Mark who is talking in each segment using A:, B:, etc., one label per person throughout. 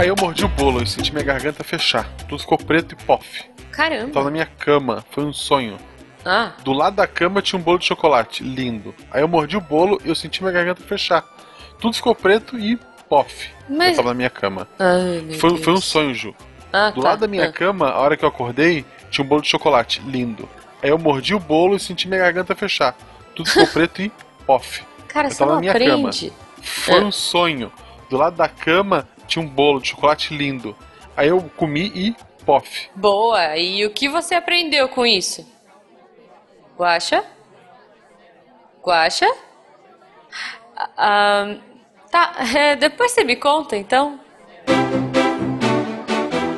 A: Aí eu mordi o bolo e senti minha garganta fechar. Tudo ficou preto e pof. Eu
B: Caramba.
A: Tava na minha cama, foi um sonho.
B: Ah,
A: Do lado da cama tinha um bolo de chocolate, lindo. Aí eu mordi o bolo e eu senti minha garganta fechar. Tudo ficou preto e pof. Eu
B: mas.
A: tava na minha cama.
B: Ai, meu
A: Foi,
B: Deus.
A: foi um sonho, Ju.
B: Ah,
A: Do
B: tá.
A: lado da minha
B: Ah.
A: cama, a hora que eu acordei, tinha um bolo de chocolate, lindo. Aí eu mordi o bolo e senti minha garganta fechar. Tudo ficou preto e pof.
B: Cara,
A: eu
B: você
A: tava
B: não
A: na minha
B: aprende.
A: Foi
B: É.
A: um sonho. Do lado da cama tinha um bolo de chocolate lindo. Aí eu comi e pof.
B: Boa. E o que você aprendeu com isso? Guaxa? Guaxa? Ah, tá, é, depois você me conta, então.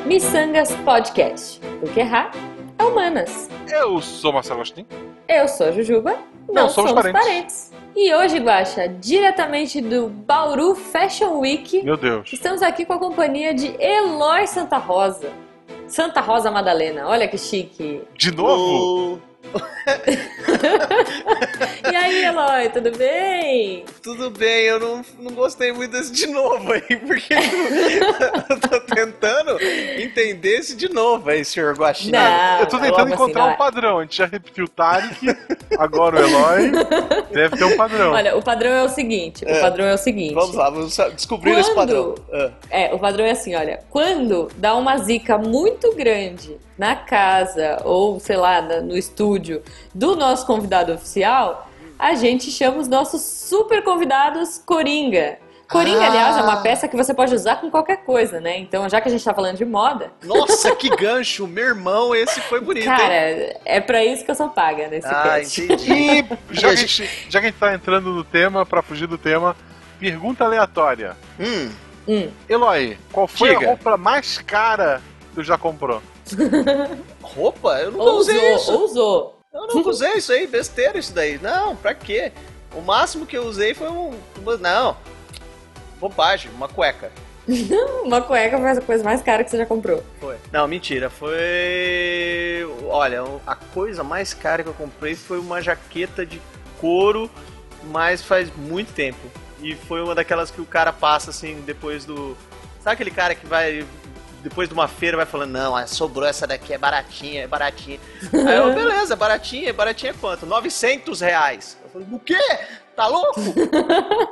B: Missangas Podcast. Porque errar é humanas.
A: Eu sou Marcelo Agostinho.
B: Eu sou a Jujuba, não, somos, parentes. E hoje, Guaxa, diretamente do Bauru Fashion Week,
A: Meu Deus.
B: estamos aqui com a companhia de Eloy Santa Rosa. Santa Rosa Madalena, olha que chique.
A: De novo?
B: E aí, Eloy, tudo bem?
C: Ô, tudo bem, eu não, não gostei muito desse de novo aí, porque eu, eu tô tentando entender esse de novo aí, senhor Guaxinha.
B: Não,
A: eu tô
B: logo
A: tentando
B: assim,
A: encontrar
B: não
A: um
B: é.
A: padrão. A gente já repetiu o Tarek, agora o Eloy. Deve ter um padrão.
B: Olha, o padrão é o seguinte, o
C: É.
B: padrão é o seguinte.
C: Vamos lá, vamos sa- descobrir esse padrão.
B: Quando-
C: Ah,
B: É, o padrão é assim, olha, quando dá uma zica muito grande na casa ou, sei lá, na- no estúdio do nosso convidado oficial, a gente chama os nossos super convidados Coringa. Coringa,
C: Ah.
B: aliás, é uma peça que você pode usar com qualquer coisa, né? Então, já que a gente tá falando de moda,
C: nossa, que gancho, meu irmão, esse foi bonito, hein?
B: cara, é pra isso que eu sou paga nesse
C: Ah,
B: cast.
C: entendi.
A: E já que, a gente, já que a gente tá entrando no tema, pra fugir do tema, pergunta aleatória.
C: Hum,
B: Hum.
A: Eloy, qual foi
C: Diga.
A: a roupa mais cara que tu já comprou?
C: roupa? Eu nunca
B: Ou
C: usei
B: usou,
C: isso.
B: ou usou.
C: Eu nunca usei isso aí, besteira isso daí. Não, pra quê? O máximo que eu usei foi um. uma- Não. Bobagem, uma cueca.
B: Uma cueca foi a coisa mais cara que você já comprou.
C: Foi. Não, mentira. Foi. Olha, a coisa mais cara que eu comprei foi uma jaqueta de couro, mas faz muito tempo. E foi uma daquelas que o cara passa assim depois do. Sabe aquele cara que vai. Depois de uma feira vai falando, não, ah, sobrou essa daqui, é baratinha, é baratinha. Aí eu, beleza, baratinha, baratinha é quanto? 900 reais. Eu falei, o quê? Tá louco?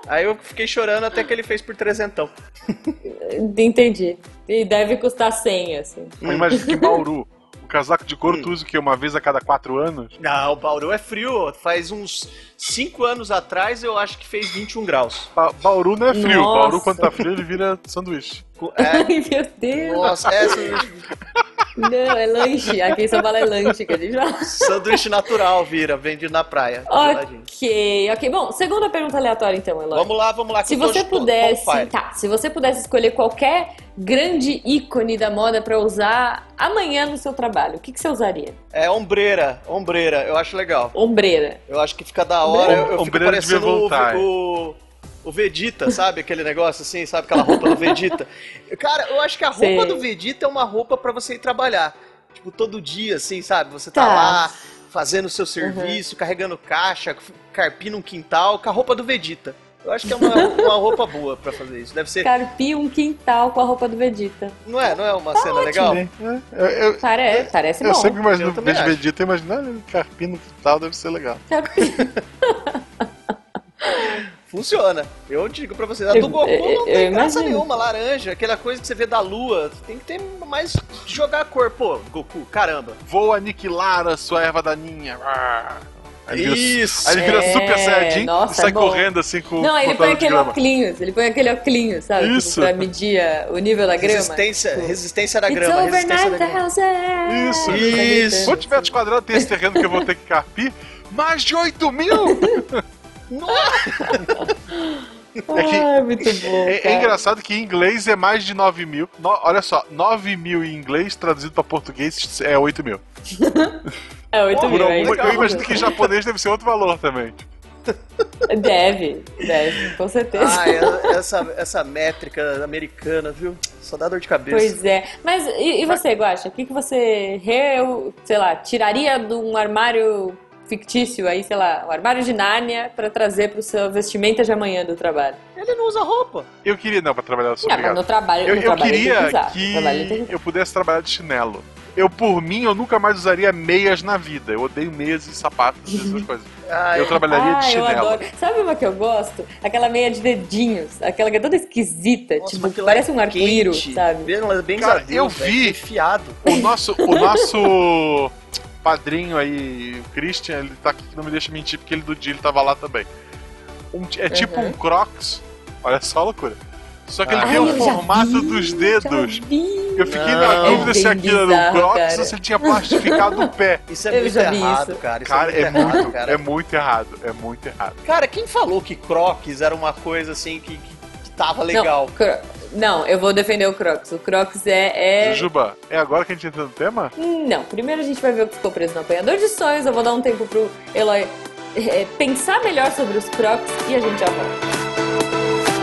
C: Aí eu fiquei chorando até que ele fez por trezentão.
B: Entendi. E deve custar 100, assim.
A: Eu imagino que em Bauru, o casaco de couro tu usa o quê? Uma vez a cada quatro anos?
C: Não, o Bauru é frio. Faz uns 5 anos atrás eu acho que fez 21 graus.
A: Ba- Bauru não é frio.
B: Nossa.
A: Bauru, quando tá frio, ele vira sanduíche.
C: Co- É,
B: Ai, meu Deus.
C: nossa, é
B: Não, é lanche. Aqui em São Paulo é lanche que a gente fala.
C: sanduíche natural vira, vendido na praia. geladinho.
B: Ok, ok. Bom, segunda pergunta aleatória então, Eloy.
C: Vamos lá, então, vamos lá. que
B: se
C: eu tô-
B: você
C: tô- tô
B: pudesse,
C: on fire.
B: tá, se você pudesse escolher qualquer grande ícone da moda pra usar amanhã no seu trabalho, o que, que você usaria?
C: É ombreira, ombreira, eu acho legal.
B: Ombreira.
C: Eu acho que fica da hora. Eu, eu fico
A: Ombreira devia
C: parecendo o,
A: voltar, é.
C: o, o Vegeta, sabe? Aquele negócio assim, sabe? Aquela roupa do Vegeta. Cara, eu acho que a roupa
B: Sei.
C: do Vegeta é uma roupa pra você ir trabalhar. Tipo, todo dia, assim, sabe? Você tá,
B: Tá.
C: lá fazendo o seu serviço, carregando caixa, carpindo um quintal, com a roupa do Vegeta. Eu acho que é uma, uma roupa boa pra fazer isso. Deve ser.
B: Carpi um quintal com a roupa do Vegeta.
C: Não é? Não é uma cena legal?
A: É, eu, eu-
B: Parece, é, parece
A: É, eu
B: bom.
A: sempre imagino,
C: eu também
A: vejo
C: acho.
A: Vegeta, imagino, olha, carpino e tal, deve ser legal.
B: Carpi-
C: Funciona. Eu digo pra vocês. A
B: Eu-
C: do Goku
B: eu-
C: não tem
B: eu
C: graça
B: imagino.
C: nenhuma. Laranja, aquela coisa que você vê da lua. Tem que ter mais jogar a cor. Pô, Goku, caramba.
A: Vou aniquilar a sua erva daninha. Ah. Aí ele vira-
C: Isso.
A: Aí ele vira
B: É,
A: super saiyajin
B: nossa,
A: e sai
B: é bom.
A: correndo assim com
B: Não, ele
A: com o
B: põe
A: de
B: aquele
A: grama.
B: óculos, ele põe aquele óculos, sabe? Tipo,
A: Isso.
B: pra medir a- o nível da grama.
C: Resistência,
B: Tipo,
C: resistência da grama.
B: It's over
C: Resistência da grama.
B: 9,000.
A: Isso.
B: Ele tá
C: Isso.
B: gritando.
A: Quando tiver desquadrado, tem esse terreno que eu vou ter que carpir. Mais de 8 mil! É que-
B: Ah, muito bom.
A: É, é
B: cara.
A: engraçado que em inglês é mais de 9 mil. No- olha só, 9 mil em inglês traduzido pra português é 8 mil.
B: É 8
A: Por
B: mil, é
A: alguma-
B: isso.
A: eu imagino que em japonês deve ser outro valor também.
B: Deve, deve, com certeza.
C: Ah, é- essa, essa métrica americana, viu? Só dá dor de cabeça.
B: Pois é. Mas e, e você, Guaxa? O que, que você, re, sei lá, tiraria de um armário fictício aí, sei lá, o armário de Nárnia pra trazer pro seu vestimenta de amanhã do trabalho.
C: Ele não usa roupa.
A: Eu queria, não, pra trabalhar, eu sou
B: Não, mas
A: obrigado.
B: no Ah, trabalho,
A: Eu,
B: no
A: eu
B: trabalho ele tem que
A: queria
B: usar. No trabalho é ele tem que
A: que eu pudesse trabalhar de chinelo. Eu, por mim, eu nunca mais usaria meias na vida. Eu odeio meias e sapatos, essas coisas.
C: Ah,
A: Eu trabalharia
B: ah,
A: de chinelo.
B: eu adoro. Sabe uma que eu gosto? Aquela meia de dedinhos, aquela que é toda esquisita,
C: nossa, mas
B: tipo,
C: aquilo
B: parece
C: é
B: um arco-íris,
C: quente.
B: sabe?
C: Bem, bem
A: Cara,
C: a Deus,
A: eu
C: velho, É
A: vi.
C: Enfiado.
A: O nosso, o nosso padrinho aí, o Christian, ele tá aqui que não me deixa mentir, porque ele do dia ele tava lá também. Um ti- é tipo
B: Uhum.
A: um Crocs, olha só a loucura. Só que ele
C: Ah.
A: tem
B: Ai,
A: o
B: eu já
A: formato
B: vi,
A: dos
B: já
A: dedos.
B: vi.
A: Eu fiquei
C: Não.
A: na
C: É
A: dúvida se
B: bem
A: aquilo era um
B: bizarro,
A: Crocs
B: cara.
A: ou se ele tinha plastificado o pé.
C: Isso
B: Eu
C: é muito
B: já vi
C: errado,
B: isso.
C: cara. Isso
A: Cara, é
C: muito errado,
A: muito,
C: cara.
A: é muito errado, é muito errado.
C: Cara, quem falou que Crocs era uma coisa assim que, que, que tava legal?
B: Não, Cro- não, eu vou defender o Crocs. O Crocs é. é-
A: Jujuba, é agora que a gente entra no tema?
B: Não, primeiro a gente vai ver o que ficou preso no apanhador de sonhos. Eu vou dar um tempo pro Eloy é, pensar melhor sobre os Crocs e a gente já volta.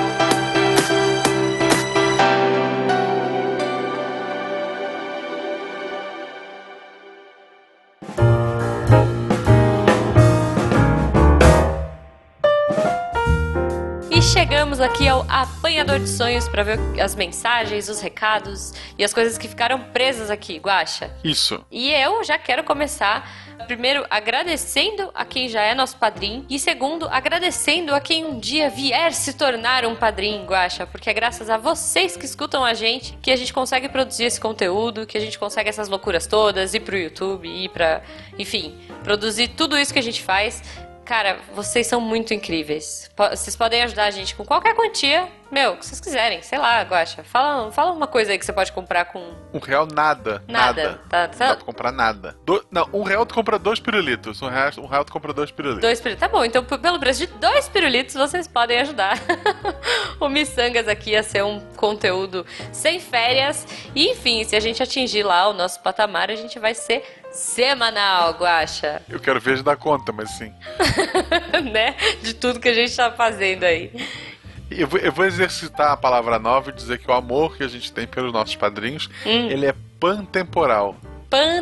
B: E Chegamos aqui ao apanhador de sonhos para ver as mensagens, os recados e as coisas que ficaram presas aqui, Guaxa.
A: Isso.
B: E eu já quero começar, primeiro, agradecendo a quem já é nosso padrinho, e segundo, agradecendo a quem um dia vier se tornar um padrinho, Guaxa, porque é graças a vocês que escutam a gente que a gente consegue produzir esse conteúdo, que a gente consegue essas loucuras todas, ir pro YouTube, ir pra. Enfim, produzir tudo isso que a gente faz. Cara, vocês são muito incríveis. Po- Vocês podem ajudar a gente com qualquer quantia, meu, o que vocês quiserem, sei lá, Guaxa. Fala, fala uma coisa aí que você pode comprar com
A: Um real nada.
B: nada.
A: Nada.
B: Tá,
A: Não dá
B: tá,
A: pra comprar nada. Do- não, um real tu compra dois pirulitos. Um real, um real tu compra dois pirulitos.
B: Dois pirulitos. Tá bom, então p- pelo preço de dois pirulitos vocês podem ajudar o Missangas aqui a ser um conteúdo sem férias. E enfim, se a gente atingir lá o nosso patamar, a gente vai ser semanal, guacha,
A: Eu quero ver se dá conta, mas sim.
B: né? De tudo que a gente tá fazendo aí.
A: Eu vou, eu vou exercitar a palavra nova e dizer que o amor que a gente tem pelos nossos padrinhos,
B: Hum,
A: ele é pantemporal.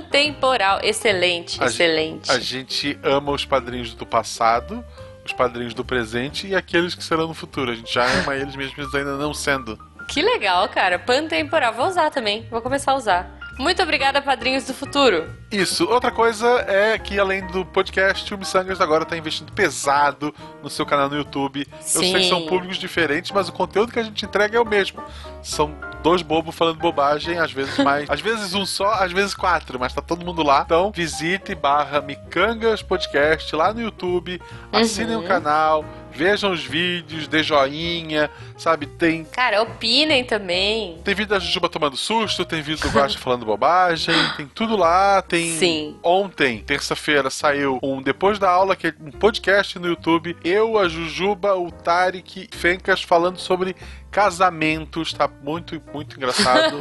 B: pantemporal. Excelente,
A: A gente-
B: excelente.
A: A gente ama os padrinhos do passado, os padrinhos do presente e aqueles que serão no futuro. A gente já ama eles mesmo eles ainda não sendo.
B: Que legal, cara. Pantemporal. Vou usar também. Vou começar a usar. Muito obrigada, padrinhos do futuro.
A: Isso. Outra coisa é que, além do podcast, o Missangas agora tá investindo pesado no seu canal no YouTube. Eu sei que são
B: Sim.
A: públicos diferentes, mas o conteúdo que a gente entrega é o mesmo. São dois bobos falando bobagem, às vezes mais. às vezes um só, às vezes quatro, mas tá todo mundo lá. Então, visite barra Micangas Podcast lá no YouTube, assinem
B: Uhum.
A: o canal, vejam os vídeos, dê joinha, sabe? Tem.
B: Cara, opinem também.
A: Tem vídeo da Jujuba tomando susto, tem vídeo do Guacha falando bobagem, tem tudo lá, tem
B: Sim.
A: Ontem, terça-feira, saiu um Depois da Aula, que é um podcast no YouTube. Eu, a Jujuba, o Tarek Fencas falando sobre casamentos. Tá muito, muito engraçado.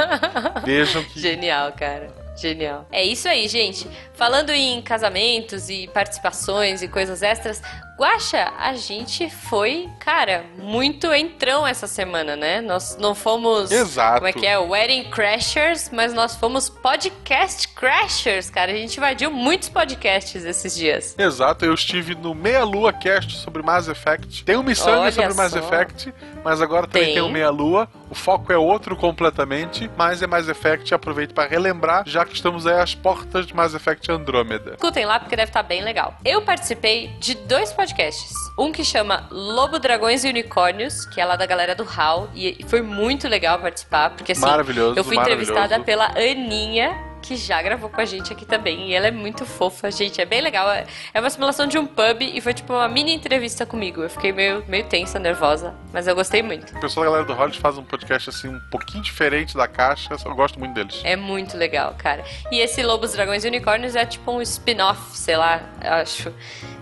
A: Vejam que.
B: Genial, cara. Genial. É isso aí, gente. Falando em casamentos e participações e coisas extras, Guaxa, a gente foi, cara, muito entrão essa semana, né? Nós não fomos.
A: Exato.
B: Como é que é? Wedding Crashers, mas nós fomos podcast crashers, cara. A gente invadiu muitos podcasts esses dias.
A: Exato, eu estive no Meia Lua Cast sobre Mass Effect. Tem um miçanga
B: Olha
A: sobre Mass
B: só.
A: Effect, mas agora também
B: Tem.
A: tem o Meia Lua. O foco é outro completamente, mas é Mass Effect. Aproveito para relembrar, já que estamos aí às portas de Mass Effect Andrômeda.
B: Escutem lá porque deve estar bem legal. Eu participei de dois podcasts. Um que chama Lobo, Dragões e Unicórnios, que é lá da galera do HAL. E foi muito legal participar, porque assim,
A: maravilhoso,
B: eu fui
A: maravilhoso.
B: entrevistada pela Aninha. Que já gravou com a gente aqui também. E ela é muito fofa, gente. É bem legal. É é uma simulação de um pub e foi tipo uma mini entrevista comigo. Eu fiquei meio, meio tensa, nervosa. Mas eu gostei muito.
A: O pessoal da galera do Hollywood faz um podcast assim um pouquinho diferente da caixa, eu gosto muito deles.
B: É muito legal, cara. E esse Lobos, Dragões e Unicórnios é tipo um spin-off, sei lá, eu acho.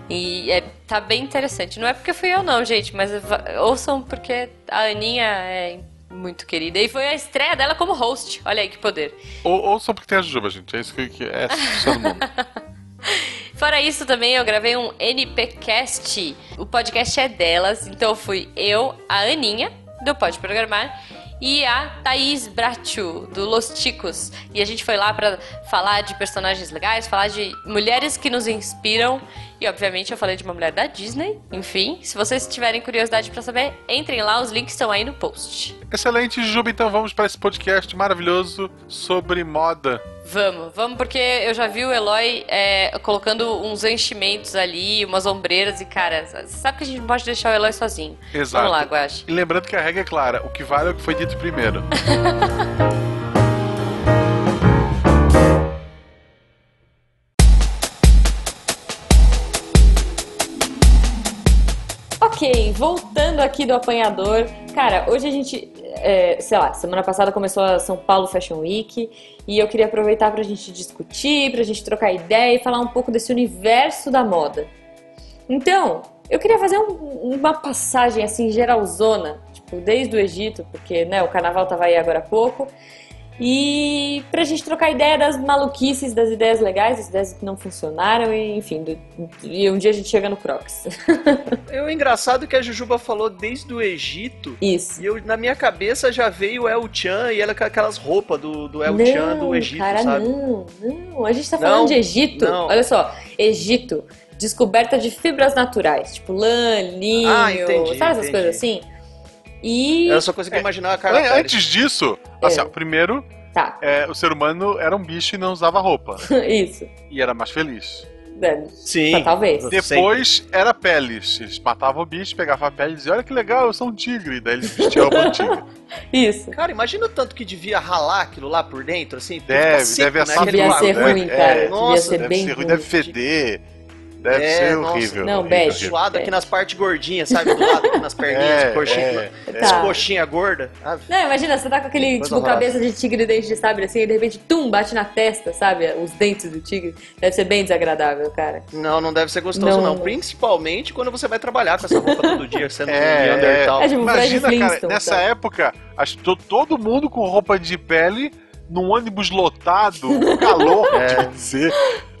B: E é- tá bem interessante. Não é porque fui eu, não, gente, mas va- ouçam porque a Aninha é muito querida. E foi a estreia dela como host. Olha aí que poder.
A: Ou, ou só porque tem a Jujuba, gente. É isso que, que é isso todo mundo.
B: Fora isso, também eu gravei um NPcast. O podcast é delas, então fui eu, a Aninha, do Pode Programar,
D: e a Thaís Brachu, do Los Ticos. E a gente foi lá pra falar de personagens legais, falar de mulheres que nos inspiram. E obviamente eu falei de uma mulher da Disney. Enfim, se vocês tiverem curiosidade pra saber, entrem lá, os links estão aí no post.
A: Excelente, Juba. Então vamos para esse podcast maravilhoso sobre moda.
D: Vamos, vamos, porque eu já vi o Eloy é, colocando uns enchimentos ali, umas ombreiras e, cara, você sabe que a gente não pode deixar o Eloy sozinho.
A: Exato.
D: Vamos lá, Guache.
A: E lembrando que a regra é clara: o que vale é o que foi dito primeiro.
B: Ok, voltando aqui do apanhador. Cara, hoje a gente, é, sei lá, semana passada começou a São Paulo Fashion Week e eu queria aproveitar pra gente discutir, pra gente trocar ideia e falar um pouco desse universo da moda. Então, eu queria fazer um- uma passagem assim geralzona, tipo, desde o Egito, porque né, o carnaval tava aí agora há pouco. E pra gente trocar ideia das maluquices, das ideias legais, das ideias que não funcionaram, e, enfim, do- e um dia a gente chega no Crocs.
C: E o engraçado é que a Jujuba falou desde o Egito.
B: Isso.
C: E eu, na minha cabeça já veio o El Chan e ela com aquelas roupas do, do El Chan é do Egito,
B: cara,
C: sabe?
B: não, não. A gente tá
C: Não,
B: falando de Egito.
C: não.
B: Olha só, Egito, descoberta de fibras naturais, tipo lã, linho,
C: Ah, entendi,
B: sabe essas
C: entendi.
B: coisas assim? E
C: Eu só consegui imaginar a cara
A: An- É. Antes disso,
B: É.
A: assim, ó, primeiro,
B: tá,
A: é, o ser humano era um bicho e não usava roupa.
B: isso.
A: E era mais feliz.
B: né?
C: Sim.
B: Talvez.
A: Depois era peles. Eles matavam o bicho, pegavam a pele e diziam: Olha que legal, eu sou um tigre. Daí eles vestiam a roupa do tigre.
B: Isso.
C: Cara, imagina o tanto que devia ralar aquilo lá por dentro, assim. porque
A: Deve,
C: fica seco,
A: deve
C: né,
A: assar
C: aquele
B: Devia
A: lado,
B: ser
A: né?
B: ruim,
A: É,
B: cara. Devia
C: nossa,
B: ser
A: Deve
B: bem
A: ser ruim,
B: ruim.
A: deve feder. Deve
C: É,
A: ser
C: nossa.
A: horrível.
B: Não,
A: horrível,
B: bad.
A: horrível.
C: suado aqui nas partes gordinhas, sabe? Do lado, aqui nas perninhas,
A: É,
C: coxinha,
A: é.
C: as
B: Tá.
C: coxinha gorda. Ah,
B: Não, imagina, você tá com aquele,
C: Coisa
B: tipo,
C: horrorosa.
B: cabeça de tigre e dente de sabre assim, e de repente, tum, bate na testa, sabe? Os dentes do tigre. Deve ser bem desagradável, cara.
C: Não, não deve ser gostoso,
B: Não.
C: não. Principalmente quando você vai trabalhar com essa roupa todo dia, sendo
A: É,
C: um Neandertal.
B: É tipo Fred
A: Imagina, cara,
B: Flintstone. tá.
A: nessa
B: sabe?
A: época, acho que to- todo mundo com roupa de pele, num ônibus lotado, com calor,
C: É.
A: quer dizer.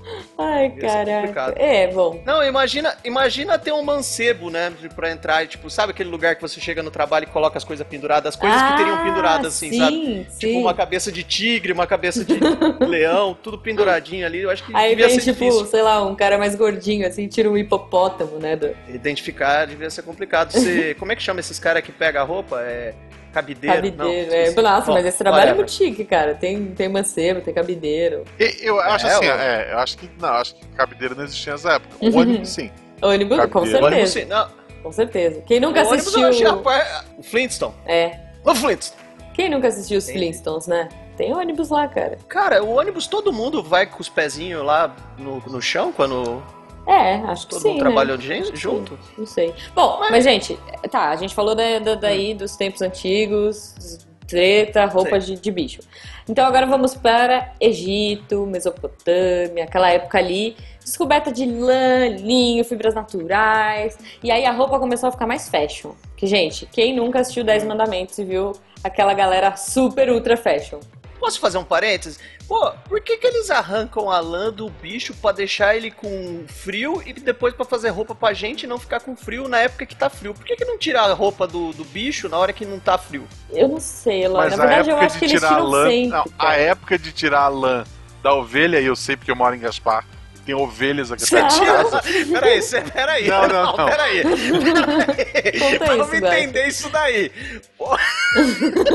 B: Ai,
C: Ia ser complicado.
B: caraca. É, bom.
C: Não, imagina, imagina ter um mancebo, né, pra entrar, e, tipo, sabe aquele lugar que você chega no trabalho e coloca as coisas penduradas, as coisas que teriam pendurado assim,
B: Ah, sim,
C: sabe?
B: Sim.
C: Tipo, uma cabeça de tigre, uma cabeça de leão, tudo penduradinho ali, eu acho que
B: Aí
C: devia
B: vem,
C: ser
B: tipo,
C: difícil.
B: sei lá, um cara mais gordinho, assim, tira um hipopótamo, né? do-
C: Identificar devia ser complicado. Você, como é que chama esses caras que pega a roupa? É cabideiro? não,
B: cabideiro. é.
C: esqueci.
B: Nossa,
C: Bom,
B: mas esse trabalho é
C: whatever.
B: muito chique, cara. Tem, tem mancebo, tem cabideiro.
A: E- Eu acho
C: É,
A: assim,
C: ó.
A: é, eu acho que não, acho que cabideira não existia nessa época. Um
B: Uhum.
A: Ônibus, sim.
B: Ônibus, com
A: Cabideiro.
B: certeza.
C: Ônibus, sim. Não,
B: Com certeza. Quem nunca
C: ônibus eu achei a
B: assistiu.
C: par- O Flintstone.
B: É.
C: O Flintstone.
B: Quem nunca assistiu os
C: Tem.
B: Flintstones, né? Tem ônibus lá, cara.
C: Cara, o ônibus todo mundo vai com os pezinhos lá no, no chão quando
B: É, acho que
C: todo
B: sim.
C: mundo
B: né?
C: trabalha
B: Acho que
C: junto?
B: sim, Não sei. Bom, mas, gente, tá, a gente falou da, da- daí dos tempos antigos, treta, roupa de, de bicho. Então agora vamos para Egito, Mesopotâmia, aquela época ali, descoberta de lã, linho, fibras naturais. E aí a roupa começou a ficar mais fashion. Que, gente, quem nunca assistiu 10 Mandamentos e viu aquela galera super ultra fashion?
C: Posso fazer um parênteses? Pô, por que, que eles arrancam a lã do bicho pra deixar ele com frio e depois pra fazer roupa pra gente não ficar com frio na época que tá frio? Por que, que não tirar a roupa do, do bicho na hora que não tá frio?
B: Eu não sei, Eloy.
A: Mas
B: Na
A: a
B: verdade, eu
A: época
B: acho
A: de
B: que eles
A: tirar a
B: tiram
A: lã.
B: sempre.
A: não, a
B: cara.
A: época de tirar a lã da ovelha, e eu sei porque eu moro em Gaspar, e tem ovelhas aqui perto de
B: Sério?
A: casa.
C: Peraí, cê- peraí.
A: Não, não, não.
C: Peraí. peraí.
B: Conta
C: Vamos
B: isso, Guaxa.
C: entender isso daí.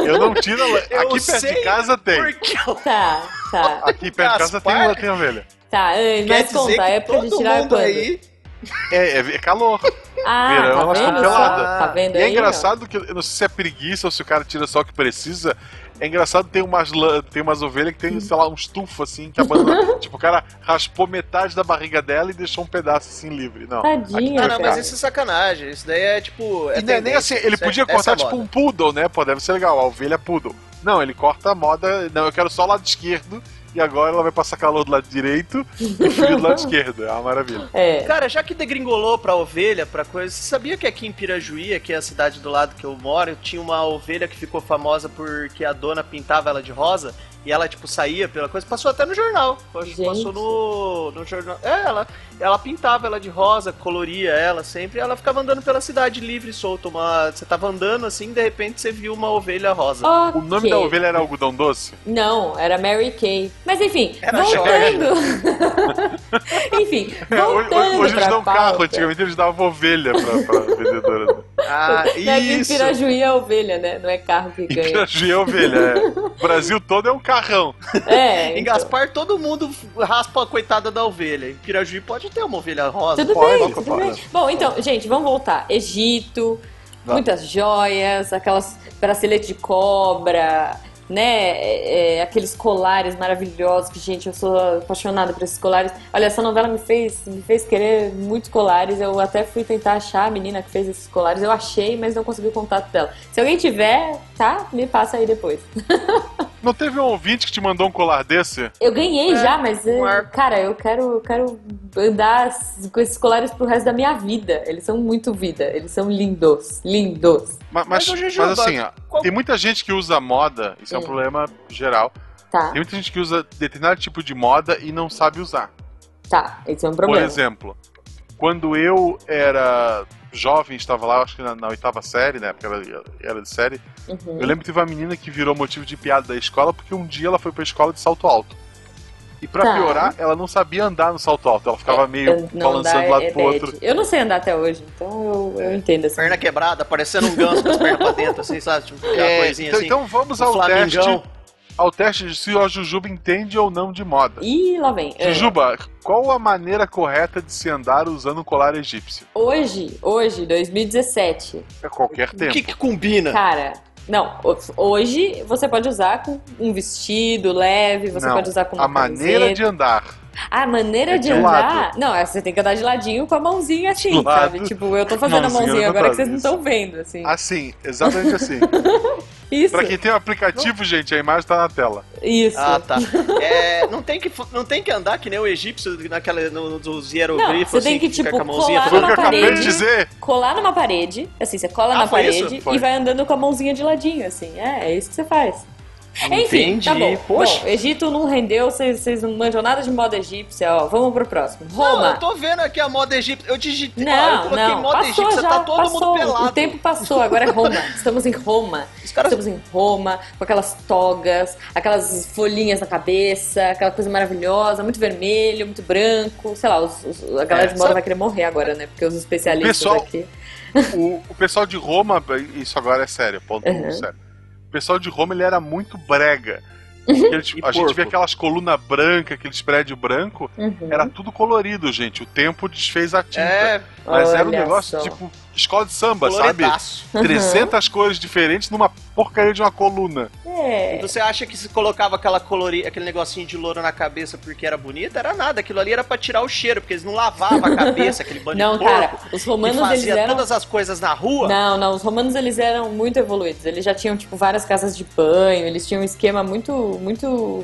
A: Eu não tiro a lã.
C: Eu
A: Aqui perto de
C: sei
A: casa tem.
C: Por que
B: Tá, tá.
A: Aqui perto de casa tem,
C: Gaspar?
A: lã, tem ovelha.
B: Tá, Anne,
C: Quer
B: mas
C: dizer
B: conta,
C: que
B: a época de
C: todo
B: tirar é
C: mundo
B: quando?
C: aí
A: É, é, é calor.
B: Ah,
A: Verão,
B: tá
A: elas
B: vendo?
A: tão
B: só?
A: peladas.
B: Tá vendo
A: E
B: aí?
A: é
B: ó?
A: engraçado que, eu não sei se é preguiça ou se o cara tira só o que precisa. É engraçado, tem umas, lã- tem umas ovelhas que tem, sei lá, um estufo assim, que abandona. tipo, o cara raspou metade da barriga dela e deixou um pedaço assim livre. Não.
B: Tadinha,
C: Ah, não, mas
B: cara.
C: isso é sacanagem. Isso daí é tipo. É
A: E não é nem
C: tendência.
A: assim, ele
C: Isso é-
A: podia
C: essa
A: cortar
C: é
A: tipo
C: moda.
A: um poodle, né? Pô, deve ser legal, a ovelha poodle. Não, ele corta a moda. Não, eu quero só o lado esquerdo. E agora ela vai passar calor do lado direito e frio do lado esquerdo. É uma maravilha.
B: É.
C: Cara, já que degringolou pra ovelha, pra coisa. Você sabia que aqui em Pirajuí, aqui é a cidade do lado que eu moro, tinha uma ovelha que ficou famosa porque a dona pintava ela de rosa? E ela, tipo, saía pela coisa, passou até no jornal. Acho que
B: Gente.
C: Passou no, no jornal. É, ela, ela pintava ela de rosa, coloria ela sempre, e ela ficava andando pela cidade livre, solta. Uma, você tava andando assim, de repente você viu uma ovelha rosa.
A: O nome da
B: Ok.
A: ovelha era algodão doce?
B: Não, era Mary Kay. Mas enfim,
C: Era
B: voltando. enfim,
A: É, hoje,
B: voltando.
A: hoje eles
B: pra
A: dão
B: pauta.
A: carro, antigamente eles davam ovelha pra, pra vendedora.
C: Ah,
B: É que em
C: isso!
B: Pirajuí é ovelha, né? Não é carro que
A: Em
B: ganha.
A: Pirajuí é ovelha, é. O Brasil todo é um carrão.
B: É.
C: Em
B: então.
C: Gaspar, todo mundo raspa a coitada da ovelha. Em Pirajuí pode ter uma ovelha rosa.
B: Tudo
A: Pode,
B: bem,
A: pode,
B: tudo
A: pode.
B: bem. Bom, então, gente, vamos voltar. Egito,
A: Vamos.
B: muitas joias, aquelas braceletes de cobra, né? É, é, aqueles colares maravilhosos que, gente, eu sou apaixonada por esses colares. Olha, essa novela me fez, me fez querer muitos colares. Eu até fui tentar achar a menina que fez esses colares. Eu achei, mas não consegui o contato dela. Se alguém tiver, tá? Me passa aí depois.
A: Não teve um ouvinte que te mandou um colar desse?
B: Eu ganhei
C: É,
B: já, mas eh,
C: um arco.
B: cara, eu quero, eu quero andar s- com esses colares pro resto da minha vida. Eles são muito vida, eles são lindos, lindos.
A: Ma- Mas,
C: Mas, ô, Juju,
A: mas assim, ó,
C: qual-
A: tem muita gente que usa moda, isso é um
B: Hum.
A: problema geral.
B: Tá,
A: Tem muita gente que usa determinado tipo de moda e não sabe usar.
B: tá, esse é um
A: Por
B: problema.
A: exemplo, quando eu era jovem, estava lá, acho que na, na oitava série, né? Porque era, era de série.
B: Uhum.
A: Eu lembro que teve uma menina que virou motivo de piada da escola porque um dia ela foi pra escola de salto alto. E pra
B: Tá. É,
A: piorar, ela não sabia andar no salto alto. Ela ficava meio
B: Eu- não
A: balançando
B: dá,
A: de um lado
B: é
A: pro
B: bad.
A: outro.
B: Eu não sei andar até hoje, então eu, eu entendo assim.
C: Perna quebrada, parecendo um ganso com as pernas pra dentro, assim, sabe? Tipo, aquela
A: É,
C: coisinha
A: então,
C: assim.
A: então vamos
C: Um
A: ao teste,
C: flamingão.
A: ao teste de se a Jujuba entende ou não de moda.
B: Ih, lá vem. É.
A: Jujuba, qual a maneira correta de se andar usando um colar egípcio?
B: Hoje, hoje, 2017,
A: É qualquer
C: O
A: tempo.
C: que que combina?
B: Cara, não, ho- hoje você pode usar com um vestido leve, você
A: Não,
B: pode usar com uma
A: a maneira
B: camiseta.
A: de andar.
B: A maneira
A: é
B: de
A: de
C: um
B: andar. Não, é, você tem que andar de ladinho com a mãozinha assim,
A: De lado.
B: sabe? Tipo, eu tô fazendo
A: Mãozinha
B: a mãozinha agora
A: levantada,
B: que vocês não
A: isso.
B: estão vendo, assim.
C: Ah,
A: Assim, exatamente assim.
B: Isso,
A: pra quem tem o aplicativo, gente, a imagem tá na tela.
B: isso.
C: Ah, tá. É, não, tem que, não tem que andar que nem o egípcio naquela, no, nos hieroglifos,
B: Não, você tem
C: assim,
B: que,
C: fica
B: tipo,
C: com a mãozinha
B: colar
A: Foi o
C: toda-
A: que eu acabei
B: parede.
A: de dizer.
B: Colar numa parede, assim, você cola
C: Ah,
B: na
C: foi isso?
B: parede
A: Foi.
B: e vai andando com a mãozinha de ladinho, assim. É, é isso que você faz. Enfim, tá bom.
C: Entendi. Poxa.
B: Bom, Egito não rendeu, vocês vocês não manjam nada de moda egípcia, ó. Vamos pro próximo. Roma.
C: Não, eu tô vendo aqui a moda egípcia. Eu digitei, ó, eu
B: Não,
C: coloquei
B: não,
C: moda
B: passou
C: egípcia,
B: já,
C: tá todo
B: passou.
C: mundo pelado.
B: O tempo passou, agora é Roma. Estamos em Roma.
C: Os caras-
B: Estamos em Roma, com aquelas togas, aquelas folhinhas na cabeça, aquela coisa maravilhosa, muito vermelho, muito branco. Sei lá, os- os- a galera de
C: É,
B: moda
C: sabe-
B: vai querer morrer agora, né? Porque os especialistas
A: Pessoal-
B: aqui.
A: O, o pessoal de Roma, isso agora é sério, ponto
B: Uhum.
A: sério. O pessoal de Roma ele era muito brega.
B: Uhum.
A: Porque ele, tipo,
C: E
A: a gente
C: porco.
A: via aquelas colunas brancas, aqueles prédios brancos,
B: Uhum.
A: era tudo colorido, gente. O tempo desfez a tinta.
C: É,
A: Mas era um
B: Olha
A: negócio
B: só. Uhum.
A: tipo escola de samba, sabe?
C: coloridaço.
A: 300 cores diferentes numa porcaria de uma coluna.
B: É.
C: Você acha que se colocava aquela colori... aquele negocinho de louro na cabeça porque era bonito? Era nada, aquilo ali era pra tirar o cheiro, porque eles não lavavam a cabeça, aquele bando
B: Não,
C: de porco
B: cara, os
C: que
B: romanos eles
C: fazia
B: eram.
C: todas as coisas na rua.
B: Não, não, os romanos eles eram muito evoluídos. Eles já tinham tipo várias casas de banho, eles tinham um esquema muito muito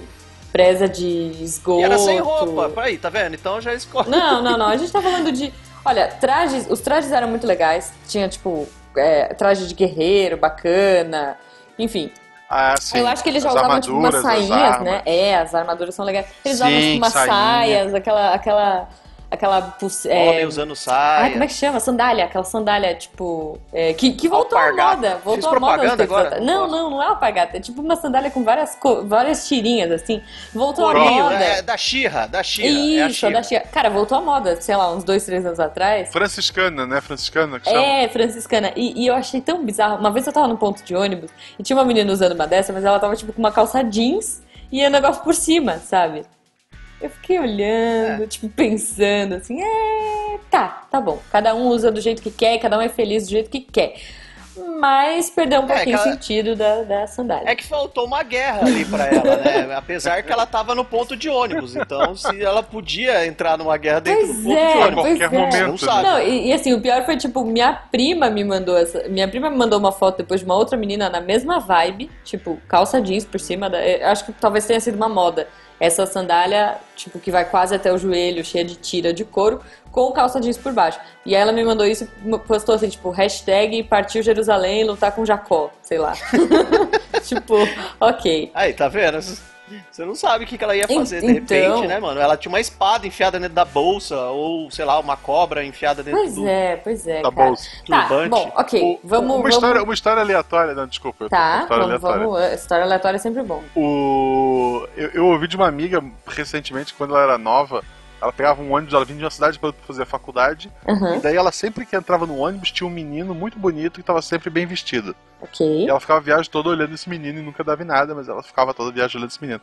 B: presa de esgoto.
C: E era sem roupa, peraí, tá vendo? Então já escolhe.
B: Não, não, não. A gente tá falando de. Olha, trajes. Os trajes eram muito legais. Tinha, tipo, é, traje de guerreiro, bacana. Enfim,
A: Ah, sim.
B: eu acho que eles já
A: As
B: usavam tipo umas
A: armaduras, as
B: sainhas,
A: armas.
B: né? É, as armaduras são legais. Eles
A: Sim,
B: usavam tipo, umas
A: sainha.
B: saias, aquela. aquela. aquela. pulse- é,
C: Homem usando saia.
B: ah, como é que chama? Sandália, aquela sandália, tipo. é, que, que voltou à
C: Alpargata.
B: moda. Voltou
C: Fiz
B: à moda
C: propaganda
B: uns tempos
C: agora?
B: atrás. Não, não, não é alpargata. É tipo uma sandália com várias, co- várias tirinhas, assim. Voltou à
A: Corinho, né?
B: moda.
C: é, da Xirra, da Xirra. é a
B: Isso,
C: Xirra.
B: da Chia. Cara, voltou à moda, sei lá, uns dois, três anos atrás.
A: Franciscana, né? Franciscana que chama.
B: É, franciscana. E, e eu achei tão bizarro. Uma vez eu tava no ponto de ônibus e tinha uma menina usando uma dessa, mas ela tava tipo com uma calça jeans e o negócio por cima, sabe? Eu fiquei
C: É.
B: olhando, tipo, pensando assim, é, tá, tá bom. Cada um usa do jeito que quer, cada um é feliz do jeito que quer. Mas perdeu um pouquinho
C: É,
B: o
C: aquela-
B: sentido da, da sandália.
C: É que faltou uma guerra ali pra ela, né? Apesar que ela tava no ponto de ônibus. Então, se ela podia entrar numa guerra dentro
B: Pois
C: do ponto
B: é,
C: de
A: a
C: ônibus.
A: qualquer
B: pois é.
A: momento. né?
C: Não sabe.
B: Não, e, e assim, o pior foi, tipo, minha prima me mandou essa. Minha prima me mandou uma foto depois de uma outra menina na mesma vibe, tipo, calça jeans por cima da. eu Acho que talvez tenha sido uma moda. Essa sandália, tipo, que vai quase até o joelho, cheia de tira de couro, com calça jeans por baixo. E aí ela me mandou isso e postou assim, tipo, hashtag partiu Jerusalém lutar com Jacó, sei lá. tipo, ok.
C: Aí, tá vendo? Você não sabe o que que ela ia fazer de
B: Então.
C: repente, né, mano? Ela tinha uma espada enfiada dentro da bolsa, ou, sei lá, uma cobra enfiada dentro
B: Pois
C: do.
B: é, pois é,
A: Tá
B: cara.
A: bom.
B: Tá,
C: turbante.
B: bom, ok. Vamos,
A: uma,
B: vamos...
A: história, uma história aleatória, não, desculpa. eu tô com
B: Tá,
A: história
B: vamos,
A: aleatória.
B: vamos. História aleatória é sempre bom.
A: O... Eu, eu ouvi de uma amiga recentemente, quando ela era nova, ela pegava um ônibus, ela vinha de uma cidade para fazer a faculdade,
B: Aham,
A: e daí ela sempre que entrava no ônibus tinha um menino muito bonito que estava sempre bem vestido.
B: ok.
A: E ela ficava a viagem toda olhando esse menino e nunca dava em nada, mas ela ficava toda a viagem olhando esse menino.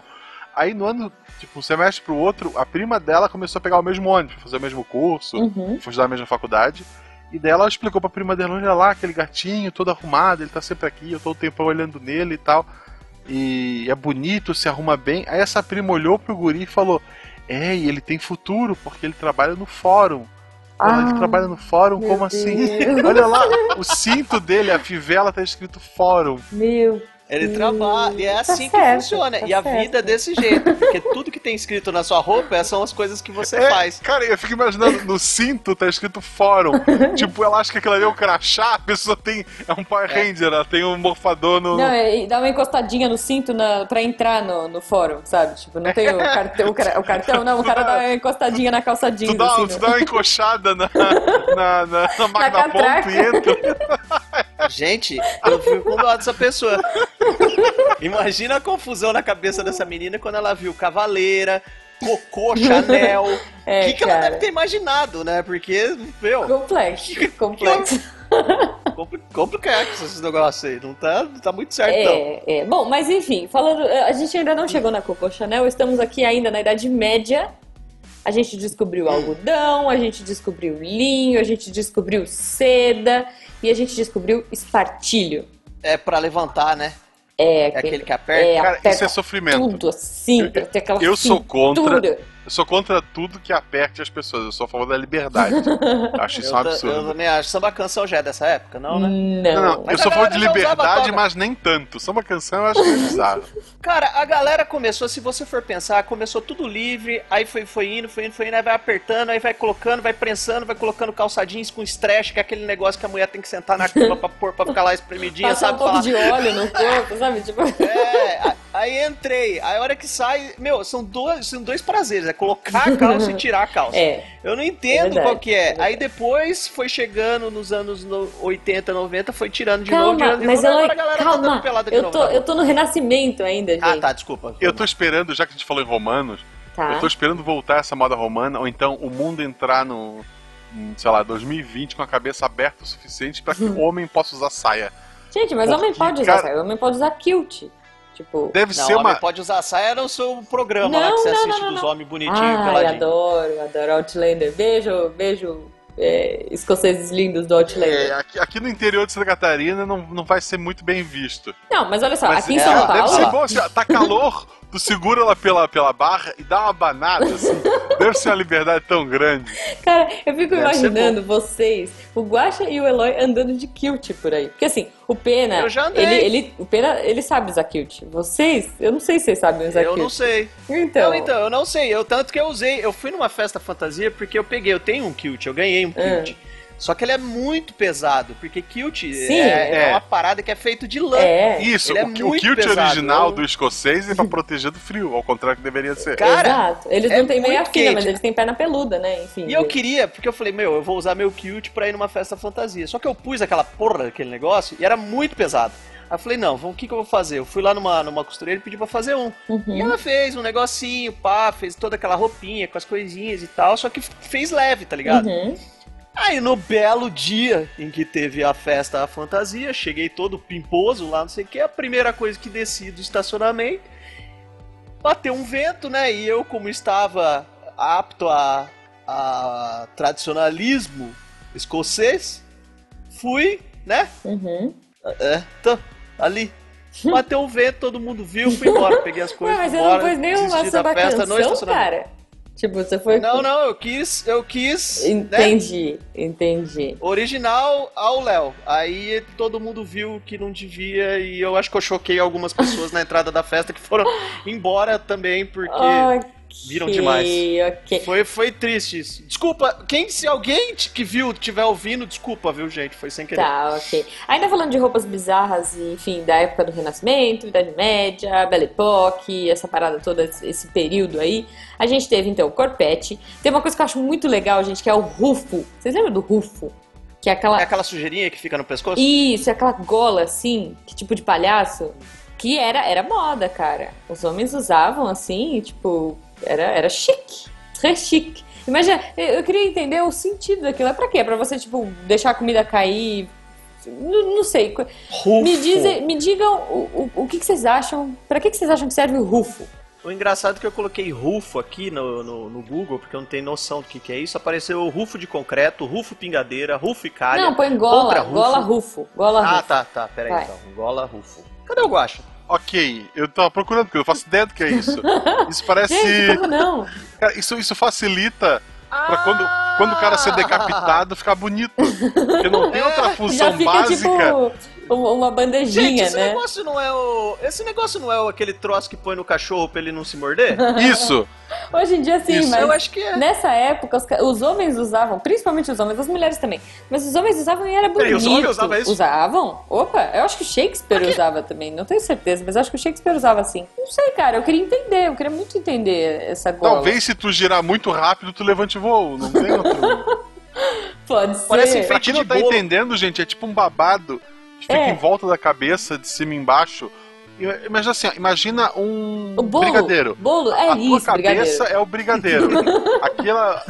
A: Aí no ano, tipo, um semestre pro outro, a prima dela começou a pegar o mesmo ônibus, fazer o mesmo curso,
B: Uhum.
A: foi estudar na mesma faculdade. E daí ela explicou pra prima dela, olha lá, aquele gatinho todo arrumado, ele tá sempre aqui, eu tô o tempo olhando nele e tal. E é bonito, se arruma bem. Aí essa prima olhou pro guri e falou, é, e ele tem futuro, porque ele trabalha no fórum. Ela, ele trabalha no fórum,
B: Ah, meu
A: como assim?
B: Deus.
A: Olha lá, o cinto dele, a fivela, tá escrito fórum.
B: Meu
C: Ele
B: Hum,
C: trabalha, e é
B: tá
C: assim que
B: certo,
C: funciona.
B: tá
C: e a
B: certo.
C: vida é desse jeito, porque tudo que tem escrito na sua roupa são as coisas que você
A: É,
C: faz.
A: Cara, eu fico imaginando, no cinto tá escrito fórum. tipo, ela acha que aquilo ali é um crachá, a pessoa tem. É um Power Ranger, ela tem um morfador no.
B: Não, é, e dá uma encostadinha no cinto na, pra entrar no, no fórum, sabe? Tipo, não tem o, carte, o, cara- o cartão, não. O cara dá uma encostadinha na calça
A: Tu
B: jeans,
A: dá,
C: né?
B: assim,
A: tu
B: no-
A: dá uma encoxada na, na, na, na Magna
B: catraca.
A: Ponto e entra.
C: Gente, eu fico com dó dessa pessoa. Imagina a confusão na cabeça dessa menina quando ela viu Cavaleira, Cocô, Chanel. O
B: É,
C: que, que ela
B: cara.
C: deve ter imaginado, né? Porque, meu,
B: Complexo, complexo.
C: compli- complicado esses negócios aí. Não tá, não tá muito certo,
A: então?
C: não.
B: É, é. Bom, mas enfim, falando, eh, a gente ainda não chegou na Coco Chanel, estamos aqui ainda na Idade Média. A gente
A: Hum.
B: descobriu algodão, a gente descobriu linho, a gente descobriu seda e a gente descobriu espartilho.
C: É pra levantar, né?
B: É,
C: É aquele que
B: é,
C: aperta.
A: Cara, isso
B: aperta
A: é sofrimento.
B: tudo assim, pra ter aquela
A: Eu sou contra.
B: cintura.
A: Eu sou contra tudo que aperte as pessoas. Eu sou a favor da liberdade. Eu acho isso um
C: eu, ta- eu
A: absurdo.
C: também acho. Samba canção já é dessa época, não, né?
A: Não,
B: Não.
A: não, eu
C: Mas a
A: sou a favor de
C: galera já usava
A: liberdade,
C: toga.
A: mas nem tanto. Só uma canção eu acho meio bizarro.
C: Cara, a galera começou, se você for pensar, começou tudo livre, aí foi, foi indo, foi indo, foi indo, aí vai apertando, aí vai colocando, vai prensando, vai colocando calçadinhos com stretch, que é aquele negócio que a mulher tem que sentar na cama pra pôr, pra ficar lá espremidinha,
B: Passar
C: sabe?
B: um pouco
C: Falar,
B: de óleo no corpo, sabe? Tipo,
C: É, a- aí entrei. Aí a hora que sai, meu, são dois, são dois prazeres, é colocar a calça e tirar a calça.
B: é.
C: Eu não entendo
B: É verdade,
C: qual que
B: é
C: é.
B: verdade.
C: aí depois foi chegando nos anos no- 80, 90, foi tirando de
B: Calma,
C: novo, tirando de
B: mas
C: novo, agora
B: ela.
C: a galera tá
B: Calma,
C: dando pelada de
B: eu
C: novo.
B: tô,
C: na rua.
B: eu tô no renascimento ainda, gente.
C: Ah, tá, desculpa.
A: Eu tô esperando, já que a gente falou em romanos,
C: Ah.
B: Tá.
A: eu tô esperando voltar essa moda romana, ou então o mundo entrar no. em, Sei lá, 2020 com a cabeça aberta o suficiente pra que o homem possa usar saia.
B: Gente, mas
A: Porque,
B: homem pode usar
A: cara-
B: saia, homem pode usar kilt. Tipo.
A: Deve
C: Não,
A: ser
C: homem
A: uma.
C: pode usar saia no seu programa lá
B: Não,
C: que você
B: não, não,
C: assiste
B: não,
C: dos
B: não.
C: homens bonitinhos
B: Ai,
C: peladinhos.
B: adoro, adoro Outlander. Beijo, beijo, é, escoceses lindos do
A: É,
B: Outlander.
A: aqui, aqui no interior de Santa Catarina não, não vai ser muito bem visto.
B: Não, mas olha só,
A: Mas
B: Ah, aqui em
A: é,
B: São
A: deve
B: Paulo.
A: ser bom, assim, ó, tá calor, tu segura ela pela, pela barra e dá uma banada, assim. Deve ser uma liberdade tão grande.
B: Cara, eu fico
C: Deve ser
B: imaginando vocês, o Guaxa e o Eloy andando de kilt por aí. Porque assim, o Pena.
C: Eu já andei.
B: ele, ele, o Pena, ele sabe usar kilt. Vocês, eu não sei se vocês sabem usar
C: Eu
B: kilt.
C: não sei.
B: Então,
C: Então, então, eu não sei. Eu tanto que eu usei. Eu fui numa festa fantasia porque eu peguei, eu tenho um kilt, eu ganhei um
B: É.
C: kilt. Só que ele é muito pesado, porque kilt
B: Sim.
C: é,
A: É.
C: é uma parada que é feito de lã.
B: É. né?
A: Isso,
C: Ele é
A: o, ki- o
C: muito
A: kilt
C: pesado,
A: original
C: eu-
A: do escocês é pra proteger do frio, ao contrário que deveria ser.
C: Cara,
B: Exato. Eles
C: é
B: não têm meia
C: muito
B: fina,
C: quente.
B: mas eles têm perna peluda, né? Enfim.
C: E eu queria, porque eu falei, meu, eu vou usar meu kilt pra ir numa festa fantasia. Só que eu pus aquela porra daquele negócio e era muito pesado. Aí eu falei, não, vamos, o que, que eu vou fazer? Eu fui lá numa, numa costureira e pedi pra fazer um.
B: Uhum,
C: E ela fez um negocinho, pá, fez toda aquela roupinha com as coisinhas e tal, só que fez leve, tá ligado?
B: Uhum.
C: Aí no belo dia em que teve a festa à fantasia, cheguei todo pimposo lá, não sei o que, a primeira coisa que desci do estacionamento, bateu um vento, né? E eu, como estava apto a, a tradicionalismo escocês, fui, né?
B: Uhum.
C: É, tô, ali. Bateu um vento, todo mundo viu, fui embora, peguei as
B: Hum. Ué, mas
C: coisas. fui
B: você não
C: embora,
B: pôs nenhuma
C: desisti da
B: samba
C: festa no
B: canção,
C: estacionamento.
B: cara? Tipo, você foi.
C: Não, não, eu quis, eu quis. né?
B: Entendi, entendi.
C: Original ao Léo. Aí todo mundo viu que não devia e eu acho que eu choquei algumas pessoas na entrada da festa que foram embora também porque
B: Ai,
C: Viram demais.
B: ok.
C: Foi, foi triste isso. Desculpa, quem se alguém t- que viu tiver ouvindo, desculpa, viu, gente? Foi sem querer.
B: Tá, ok. Ainda falando de roupas bizarras, e, enfim, da época do Renascimento, Idade Média, Belle Époque, essa parada toda, esse período aí, a gente teve então o corpete. Tem uma coisa que eu acho muito legal, gente, que é o rufo. Vocês lembram do rufo? Que é
C: É
B: aquela.
C: aquela sujeirinha que fica no pescoço?
B: Isso, é aquela gola assim, que tipo de palhaço. Que era, era moda, cara. Os homens usavam assim, e, tipo, era, era chique. Très chique. Imagina, eu, eu queria entender o sentido daquilo. É pra quê? É pra você, tipo, deixar a comida cair? Não, não sei. Co-
C: Rufo.
B: Me, dizem, me digam o, o, o que, que vocês acham. Pra que, que vocês acham que serve o rufo?
C: O engraçado é que eu coloquei rufo aqui no, no, no Google, porque eu não tenho noção do que, que é isso. Apareceu rufo de concreto, rufo pingadeira, rufo e calha.
B: não, põe gola,
C: contra rufo.
B: gola rufo. Gola
C: ah,
B: rufo.
C: tá, tá. Pera aí,
B: Vai.
C: então. Gola, rufo. Cadê o guacha?
A: Ok, eu tava procurando, porque eu não faço ideia do que é isso. Isso parece.
B: Gente, como é não?
A: Cara, isso, isso facilita pra quando, quando o cara ser decapitado ficar bonito. Porque não tem outra
B: Ah! Já
A: função
B: fica
A: básica.
B: tipo um- uma
C: Gente,
B: bandejinha,
C: esse
B: né?
C: negócio não é o. Esse negócio não é o- aquele troço que põe no cachorro pra ele não se morder?
A: Isso!
B: Hoje em dia sim,
A: Isso,
B: mas.
C: Eu acho que é.
B: Nessa época, os, ca- os homens usavam, principalmente os homens, as mulheres também, mas os homens usavam e era
C: Peraí,
B: bonito.
C: os homens usavam isso?
B: Usavam? Opa, eu acho que o Shakespeare usava também, não tenho certeza, mas acho que o Shakespeare usava assim. Não sei, cara, eu queria entender, eu queria muito entender essa gola.
A: Talvez se tu girar muito rápido, tu levante voo. Não tem outro.
B: Pode ser.
C: Parece
A: pra quem não tá
C: De bolo.
A: entendendo, gente, é tipo um babado que fica
B: É.
A: em volta da cabeça, de cima e embaixo. I- Imagina assim, ó, imagina um
B: O bolo.
A: brigadeiro.
B: Bolo, é
A: a tua
B: isso,
A: cabeça
B: brigadeiro.
A: é o brigadeiro. Aquela,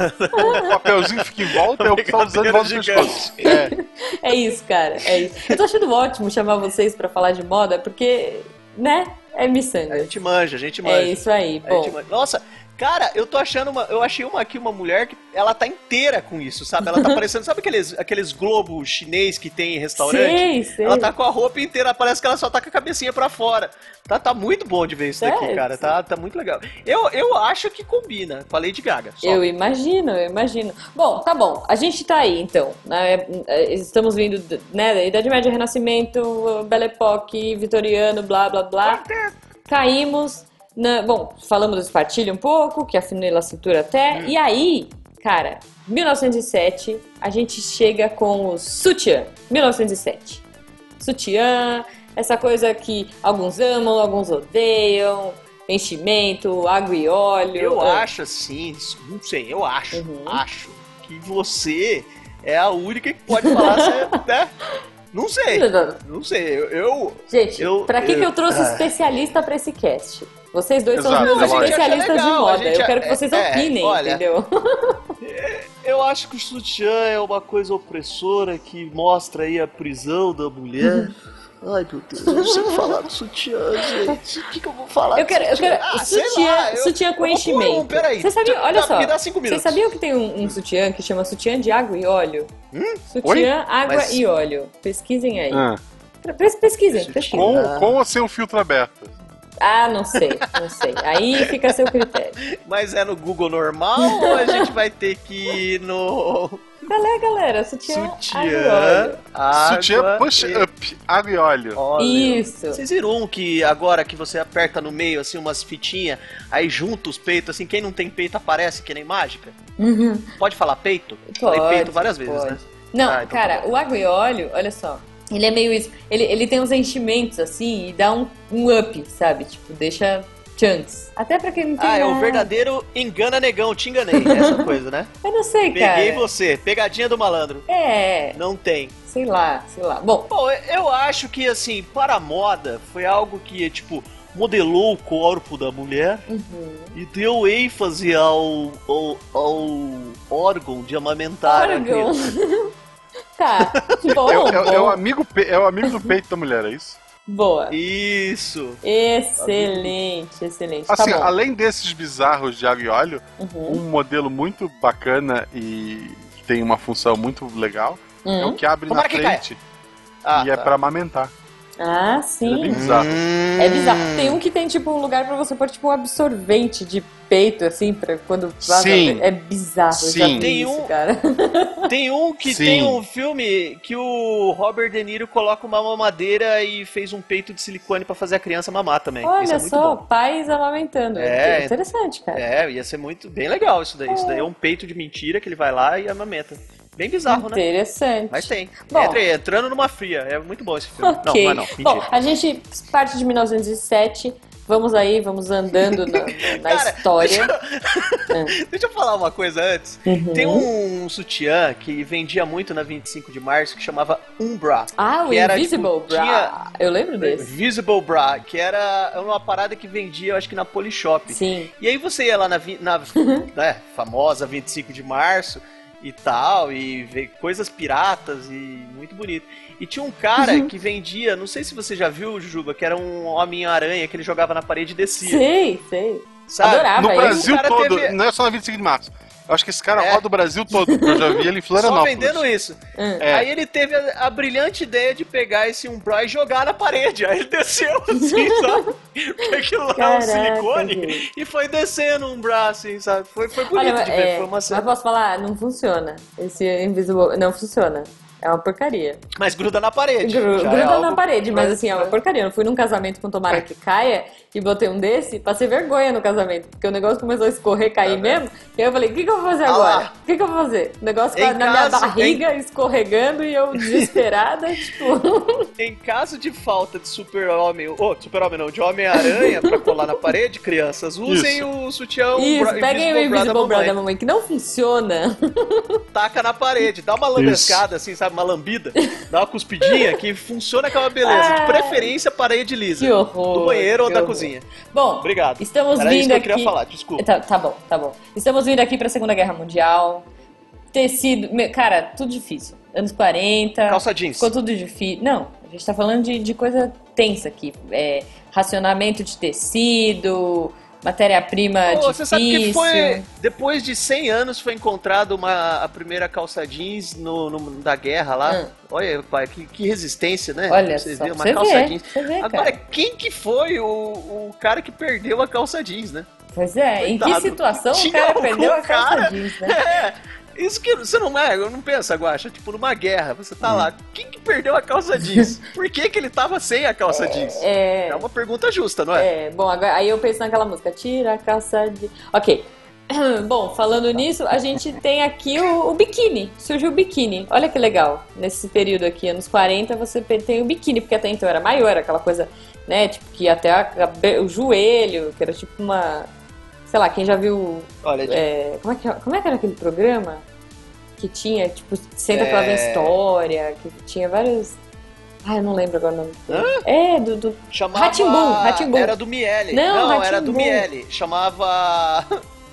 A: o papelzinho que fica em volta é o que tá usando em volta do
C: Brigadeiro
A: pescoço. É.
B: É isso, cara, é isso. Eu tô achando ótimo chamar vocês pra falar de moda, porque, né, é
C: A
B: miçanga.
C: gente manja, a gente
B: É
C: manja.
B: isso aí,
C: a
B: bom.
C: gente manja. Nossa, cara, eu tô achando uma. Eu achei uma aqui, uma mulher que ela tá inteira com isso, sabe? Ela tá parecendo. Sabe aqueles, aqueles globos chinês que tem em restaurante?
B: Sei, sei.
C: Ela tá com a roupa inteira, parece que ela só tá com a cabecinha pra fora. Tá, tá muito bom de ver isso daqui,
B: Sério?
C: cara. Tá, tá muito legal. Eu, eu acho que combina. Falei de Gaga. Só. um
B: Eu imagino, eu imagino. Bom, tá bom. A gente tá aí, então. né? É, Estamos vindo d- né, da Idade Média, Renascimento, Belle Époque, Vitoriano, blá, blá, blá. Caímos. na- bom, falamos do espartilho um pouco, que afinei a cintura
C: Hum.
B: até. E aí, cara, 1907, a gente chega com o sutiã. 1907. Sutiã, essa coisa que alguns amam, alguns odeiam. Enchimento, água e óleo.
C: Eu
B: Ah.
C: acho assim, não sei, eu acho,
B: Uhum.
C: acho que você é a única que pode falar, se- né? Não sei, não sei, eu... eu
B: Gente,
C: Eu-
B: pra que,
C: eu-
B: que eu trouxe
C: ah.
B: especialista pra esse cast? Vocês dois
A: Exato,
B: são os
A: a gente
B: meus
A: acha
B: especialistas
C: legal,
B: de
C: a
B: moda.
C: gente
B: eu quero que
C: é-
B: vocês
C: é,
B: opinem,
C: olha.
B: entendeu?
C: eu acho que o sutiã é uma coisa opressora que mostra aí a prisão da mulher. Ai, meu Deus, eu não sei falar do sutiã, gente. O que, que eu vou falar
B: Eu quero, eu quero
C: Ah, sei
B: sutiã,
C: lá, eu-
B: sutiã com
C: eu vou pôr um,
B: enchimento.
C: peraí.
B: Vocês sabiam, olha
C: Dá-
B: só.
C: me dá cinco
B: Vocês
C: minutos.
B: sabiam que tem um, um sutiã que chama sutiã de água e óleo? Sutiã, água
C: Hum? Mas-
B: e óleo. Pesquisem aí.
A: Ah.
B: Pre- pes- Pesquisem, pesquisem.
A: Com, com ou sem o filtro aberto?
B: Ah, não sei, não sei. Aí fica a seu critério.
C: Mas é no Google normal ou a gente vai ter que ir no
B: Qual é, galera? Sutiã, água e óleo.
C: sutiã? água
A: Sutiã push
C: e
A: up, água e óleo.
C: óleo.
B: Isso.
C: Vocês viram um que agora que você aperta no meio, assim, umas fitinhas, aí junta os peitos, assim, quem não tem peito aparece que nem mágica?
B: Uhum.
C: Pode falar peito? Falei peito várias vezes,
B: pode.
C: né?
B: Não,
C: Ah, então
B: cara,
C: tá
B: o água e óleo, olha só. Ele é meio isso. Ele, ele tem uns enchimentos assim e dá um, um up, sabe? Tipo, deixa chunks. Até pra quem não tem.
C: Ah, é o
B: nada.
C: verdadeiro engana negão, te enganei, essa coisa, né?
B: Eu não sei, cara.
C: Peguei você, pegadinha do malandro.
B: É,
C: Não tem.
B: sei lá, sei lá. Bom,
C: Bom, eu acho que, assim, para a moda, foi algo que, tipo, modelou o corpo da mulher
B: uhum.
C: e deu ênfase ao, ao, ao órgão de amamentar. a
B: Órgão.
C: criança.
B: tá. Bom,
A: É, o- é o-
B: bom.
A: é o amigo, pe- é o amigo do peito da mulher, é isso?
C: Tá
B: Boa.
C: Isso.
B: Excelente, excelente.
A: Assim,
B: tá bom.
A: além desses bizarros de água e óleo,
B: Uhum.
A: um modelo muito bacana e que tem uma função muito legal é
B: Uhum.
A: o que abre
C: Tomara
A: na
C: que
A: frente
C: Ah,
A: e é
C: tá.
A: pra amamentar.
B: Ah,
A: Ele é
B: sim.
A: bem bizarro.
B: É bizarro. Tem um que tem, tipo, um lugar pra você pôr, tipo, um absorvente de peito, assim, pra quando vaza.
A: Sim.
B: É bizarro, eu já
A: Sim.
B: vi
C: Tem
B: isso,
C: um-
B: cara.
C: Tem um que
A: Sim.
C: tem um filme que o Robert De Niro coloca uma mamadeira e fez um peito de silicone pra fazer a criança mamar também. isso
B: Olha
C: é muito
B: só,
C: bom.
B: pais amamentando. É,
C: É.
B: interessante, cara.
C: É, ia ser muito bem legal isso daí. Isso daí é um peito de mentira que ele vai lá e amamenta. Bem bizarro, né?
B: interessante.
C: Mas tem.
B: Bom.
C: Entra aí, entrando numa fria. É muito bom esse filme.
B: Ok.
C: Não, mas não.
B: Bom,
C: Mentira.
B: a gente parte de 1907. Vamos aí, vamos andando na, na
C: Cara,
B: história.
C: Deixa eu falar uma coisa antes.
B: Uhum.
C: Tem um sutiã que vendia muito na 25 de março que chamava Umbra.
B: Ah, o
C: que era,
B: Invisible
C: tipo,
B: Bra.
C: tinha-
B: Eu lembro desse.
C: Visible Bra, que era uma parada que vendia, eu acho que na Polishop.
B: Sim.
C: E aí você ia lá na, vi- na
B: Uhum.
C: né, famosa 25 de março e tal, e ver coisas piratas e muito bonito. E tinha um cara
B: Uhum.
C: que vendia, não sei se você já viu, Jujuba, que era um Homem-Aranha que ele jogava na parede e descia.
B: Sei, sei.
C: Sabe?
B: Adorava. Ah,
A: no
B: velho,
A: Brasil
C: o cara
A: todo,
C: teve-
A: não é só na 25 de março. Eu acho que esse cara
C: É.
A: roda o Brasil todo, porque eu já vi ele em
C: Só
A: Florianópolis.
C: vendendo isso.
B: Hum.
A: É.
C: Aí ele teve a, a brilhante ideia de pegar esse Umbra e jogar na parede. Aí ele desceu assim, sabe? Porque aquilo lá é um
B: Caraca,
C: silicone.
B: gente.
C: E foi descendo um Umbra, assim, sabe? Foi, foi bonito
B: Olha, mas,
C: de ver.
B: é,
C: foi uma
B: mas
C: cena.
B: posso falar? Não funciona. Esse Invisible. Não funciona. É uma porcaria.
C: Mas gruda na parede.
B: Gru-
C: Já é
B: Gruda na
C: algo-
B: parede, mas
C: Mas-
B: assim, é uma porcaria. Eu fui num casamento com tomara que caia e botei um desse, passei vergonha no casamento, porque o negócio começou a escorrer, cair mesmo. E aí eu falei, o que, que eu vou fazer
C: Ah Tá lá.
B: agora? O que, que eu vou fazer? O negócio
C: Em
B: tá na minha
C: caso,
B: barriga escorregando e eu desesperada,
C: Então,
B: tipo.
C: Em caso de falta de super-homem, ou super-homem não, de Homem-Aranha pra colar na parede, crianças, usem
A: Isso.
C: o sutiã o
B: Isso,
C: bra-
B: peguem o Invisible Brother da
C: mamãe,
B: mamãe, que não funciona.
C: taca na parede, dá uma lambescada assim, sabe, uma lambida, dá uma cuspidinha que funciona com uma beleza, de
B: Ai.
C: preferência parede lisa.
B: Ah. Que horror,
C: Do banheiro ou
B: que
C: da
B: horror.
C: cozinha.
B: Bom,
C: Obrigado.
B: estamos
C: Era
B: vindo
C: isso que eu
B: aqui.
C: queria falar, desculpa.
B: Tá, tá bom, tá bom. Estamos vindo aqui pra Segunda Guerra Mundial. Tecido. me- Cara, tudo difícil. Anos 40.
C: Calça jeans.
B: Ficou tudo difícil. Não, a gente tá falando de, de coisa tensa aqui. É, racionamento de tecido, matéria-prima
C: Pô,
B: difícil.
C: você sabe que foi. Depois de 100 anos foi encontrada uma, a primeira calça jeans no, no- da guerra lá.
B: Hum.
C: Olha, pai, que, que resistência, né?
B: Olha
C: Vocês
B: só,
C: verem uma
B: você
C: calça
B: vê,
C: jeans.
B: você vê, cara.
C: Agora, quem que foi o, o cara que perdeu a calça jeans, né?
B: Pois é, em que
C: Coitado.
B: situação o
C: Tinha
B: cara
C: algum
B: perdeu a calça
C: cara?
B: jeans, né?
C: É. Isso que você não é, eu não pensa, Guaxa. Tipo, numa guerra, você tá lá. Quem que perdeu a calça jeans? Por que, que ele tava sem a calça jeans?
B: É,
C: É uma pergunta justa, não é?
B: É, bom, agora, aí eu penso naquela música, tira a calça de. Ok. Bom, falando nisso, a gente tem aqui o, o biquíni. Surge o biquíni. Olha que legal. Nesse período aqui, anos 40, você pe- tem o biquíni, porque até então era maior, aquela coisa, né? Tipo, que até a cabe- o joelho, que era tipo uma. Sei lá, quem já viu.
C: Olha, de
B: é, como, é que, como é que era aquele programa? Que tinha, tipo, Senta pra ver
C: É.
B: história, que tinha vários. Ah, eu não lembro agora o nome. É, do- do
C: Chamava...
B: Rá-Tim-Bum, Rá-Tim-Bum.
C: Era do Miele.
B: Não,
C: era do
B: Rá-Tim-Bum.
C: Miele. Chamava...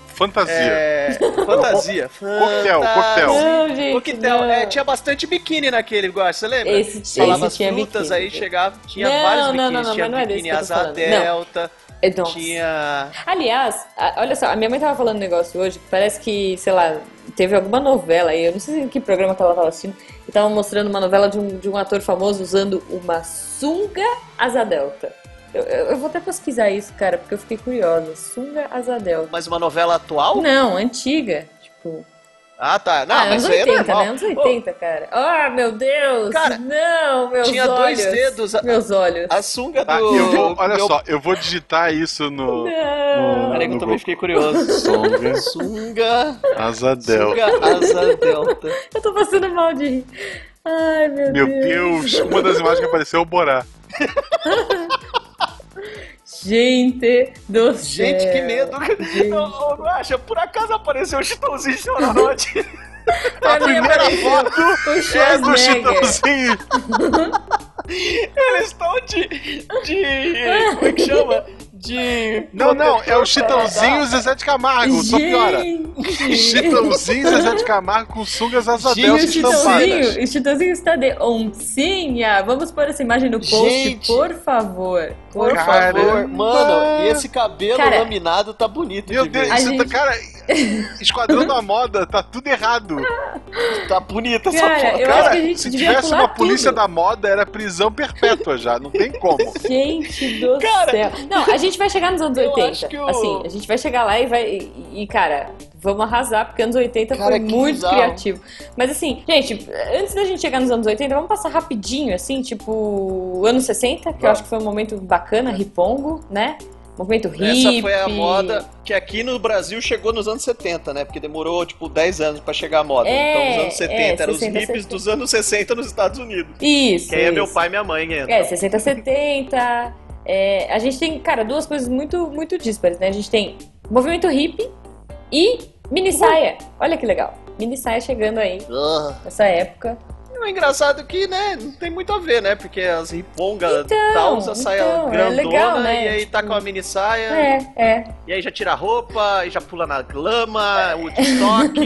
A: Fantasia.
C: É... Fantasia.
A: Coquetel, coquetel.
C: Fantasia.
B: Não, gente.
C: Coquetel.
B: não.
C: É, tinha bastante biquíni naquele, Guaxa, você lembra?
B: Esse-
C: Né? Falava
B: esse tinha
C: as frutas
B: biquíni.
C: aí, chegava... Tinha
B: Não,
C: vários
B: não,
C: biquínis.
B: não, não,
C: tinha
B: mas não é desse
C: biquíni
B: que eu tô
C: asa
B: falando. Não.
C: delta,
B: É, nossa.
C: tinha...
B: Aliás, a- olha só, a minha mãe tava falando um negócio hoje que parece que, sei lá, teve alguma novela aí, eu não sei em que programa que ela tava assistindo, e tava mostrando uma novela de um, de um ator famoso usando uma sunga asa delta. Eu, eu- eu vou até pesquisar isso, cara, porque eu fiquei curiosa. Sunga asa delta.
C: Mas uma novela atual?
B: Não, antiga. Tipo.
C: Ah, tá. Não,
B: ah, anos
C: mas isso aí é
B: 80,
C: normal.
B: né? Anos
C: Pô,
B: 80, cara. Ah, meu Deus!
C: Cara,
B: não, meus
C: tinha
B: olhos.
C: dois dedos a-
B: Meus olhos.
C: A sunga do...
A: Ah, eu vou- olha
C: meu-
A: só, eu vou digitar isso no.
B: Não.
C: Peraí que eu
A: No
C: também
A: Google.
C: fiquei curioso.
A: Songa
C: Sunga...
A: Asa Delta.
C: Sunga asa delta.
B: Eu tô passando mal de rir. Ai, meu,
A: Meu
B: Deus.
A: Deus, uma das imagens que apareceu é o Borá.
B: Gente do
C: Gente,
B: céu.
C: que medo!
B: Gente.
C: Ô, ô, Guaxa, por acaso apareceu o Chitãozinho Chororote?
B: Pra
A: A
B: mim
A: primeira
B: apareceu
A: foto
B: O
A: é do
B: Schwarzenegger.
A: Chitãozinho.
C: Eles estão de, de. Como é que chama? De.
A: Não, não, é o
C: protetor
A: Chitãozinho e o Zezé de Camargo, só piora.
B: Gente.
A: Chitãozinho e Zezé de Camargo com sungas asa
C: Gente,
B: E o
A: delta estampadas.
B: Chitãozinho, o Chitãozinho está de oncinha. Vamos pôr essa imagem no post,
C: Gente.
B: por favor. Por
C: Por
A: Caramba.
C: favor, mano, e esse cabelo
B: Cara.
C: laminado tá bonito
A: Meu
C: de
A: Deus,
C: ver.
B: A
A: isso
B: gente-
A: tá, cara, esquadrão da moda, tá tudo errado.
C: Tá bonita essa
B: Cara,
C: foto.
B: eu acho
A: Cara,
B: que a gente
A: se
B: devia
A: tivesse
B: pular
A: uma polícia
B: tudo.
A: da moda, era prisão perpétua já, não tem como.
B: Gente do
C: Cara.
B: céu. Não, a gente gente vai chegar nos anos
C: Eu
B: 80.
C: acho que o-
B: Assim, a gente vai chegar lá e vai. E, e, cara, vamos arrasar, porque anos 80
C: Cara,
B: foi
C: que
B: muito
C: bizarro.
B: criativo. Mas assim, gente, antes da gente chegar nos anos 80, vamos passar rapidinho, assim, tipo, anos 60, que eu
C: Vamos.
B: acho que foi um momento bacana, ripongo, né? Movimento hippie.
C: Essa foi a moda que aqui no Brasil chegou nos anos 70, né? Porque demorou, tipo, 10 anos pra chegar a moda.
B: É,
C: então, os anos 70
B: é, 60,
C: eram os hippies
B: 70.
C: dos anos 60 nos Estados Unidos.
B: Isso.
C: Que aí é meu
B: isso.
C: pai e minha mãe, né?
B: É, 60, 70. É, a gente tem, cara, duas coisas muito, muito díspares, né? A gente tem movimento hippie e mini saia. Olha que legal. Mini saia chegando aí,
C: Ah.
B: nessa época.
C: E O engraçado é que, né, não tem muito a ver, né? Porque as ripongas
B: Então,
C: tal, usa saia
B: então, é
C: grandona
B: legal, né?
C: e aí tá com uma mini saia,
B: É, é.
C: e aí já tira a roupa, e já pula na lama, Woodstock,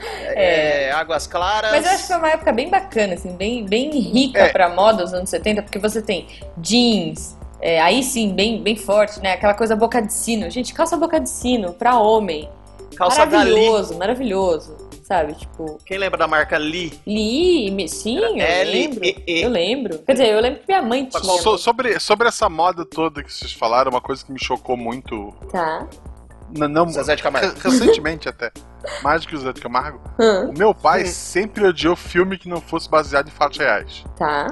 C: é. águas claras.
B: Mas eu acho que foi uma época bem bacana, assim, bem, bem rica
A: É.
B: pra moda os anos 70, porque você tem jeans, é, aí sim, bem, bem forte, né? Aquela coisa boca de sino. Gente, calça boca de sino pra homem.
C: calça da Lee.
B: maravilhoso, maravilhoso. Sabe, tipo,
C: Quem lembra da marca Lee?
B: Li, me- sim, eu
C: Era L,
B: lembro.
C: E, E.
B: Eu lembro. Quer dizer, eu lembro que minha mãe tinha.
A: So- sobre, sobre essa moda toda que vocês falaram, uma coisa que me chocou muito.
B: Tá.
A: Não, não-
C: Zezé de Camargo.
A: re- recentemente até. Mais do que o Zé de Camargo. O meu
C: Hum.
A: pai sempre odiou filme que não fosse baseado em fatos reais.
B: Tá.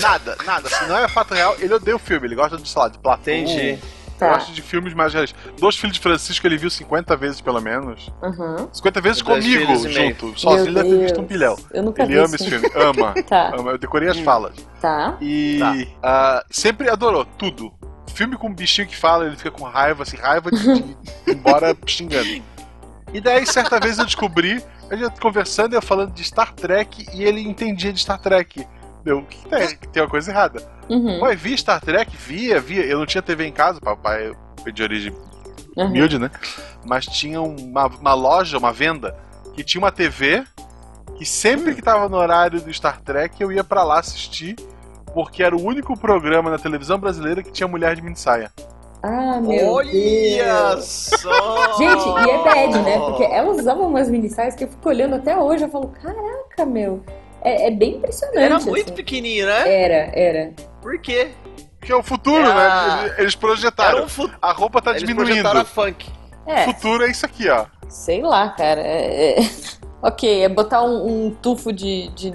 A: Nada, nada. Se não é fato real, ele odeia o filme. Ele gosta de, sei lá, de Platão.
C: Entendi.
B: Tá.
A: Gosta de filmes mais reais. Dois Filhos de Francisco ele viu 50 vezes, pelo menos.
B: Aham.
A: 50 vezes
C: Dois
A: comigo,
C: filhos e meio.
A: junto. Sozinho
B: Meu
A: ele deve ter visto
B: Deus.
A: um bilhão.
B: Eu nunca
A: Ele
B: vi
A: ama
B: isso.
A: esse filme. Ama.
B: Tá,
A: ama. Eu decorei as
C: Hum.
A: falas.
B: tá.
A: E
C: Tá.
A: ah, sempre adorou tudo. Filme com um bichinho que fala, ele fica com raiva, assim, raiva de, de ir embora xingando. E daí, certa vez eu descobri, a gente conversando, eu falando de Star Trek e ele entendia de Star Trek. Deu, o que que tem? Tem uma coisa errada.
B: Uhum.
A: Ué, via Star Trek? Via, via. Eu não tinha TV em casa, papai foi de origem
B: Uhum.
A: humilde, né? Mas tinha uma, uma loja, uma venda, que tinha uma TV, que sempre que tava no horário do Star Trek, eu ia pra lá assistir, porque era o único programa na televisão brasileira que tinha mulher de minissaia.
B: Ah, meu
C: Olha
B: Deus.
C: só!
B: Gente, e é bad, né? Porque elas usavam umas minissaias que eu fico olhando até hoje. Eu falo, caraca, meu. É, é bem impressionante.
C: Era muito
B: assim.
C: pequenininho, né?
B: Era, era.
C: Por quê?
A: Que é o futuro,
C: Ah.
A: né? Eles
C: Era
A: projetaram.
C: um futuro.
A: A roupa tá
C: Eles
A: diminuindo.
C: projetaram a funk.
B: É.
A: O futuro é isso aqui, ó.
B: Sei lá, cara. É- é- Ok, é botar um, um tufo de. de-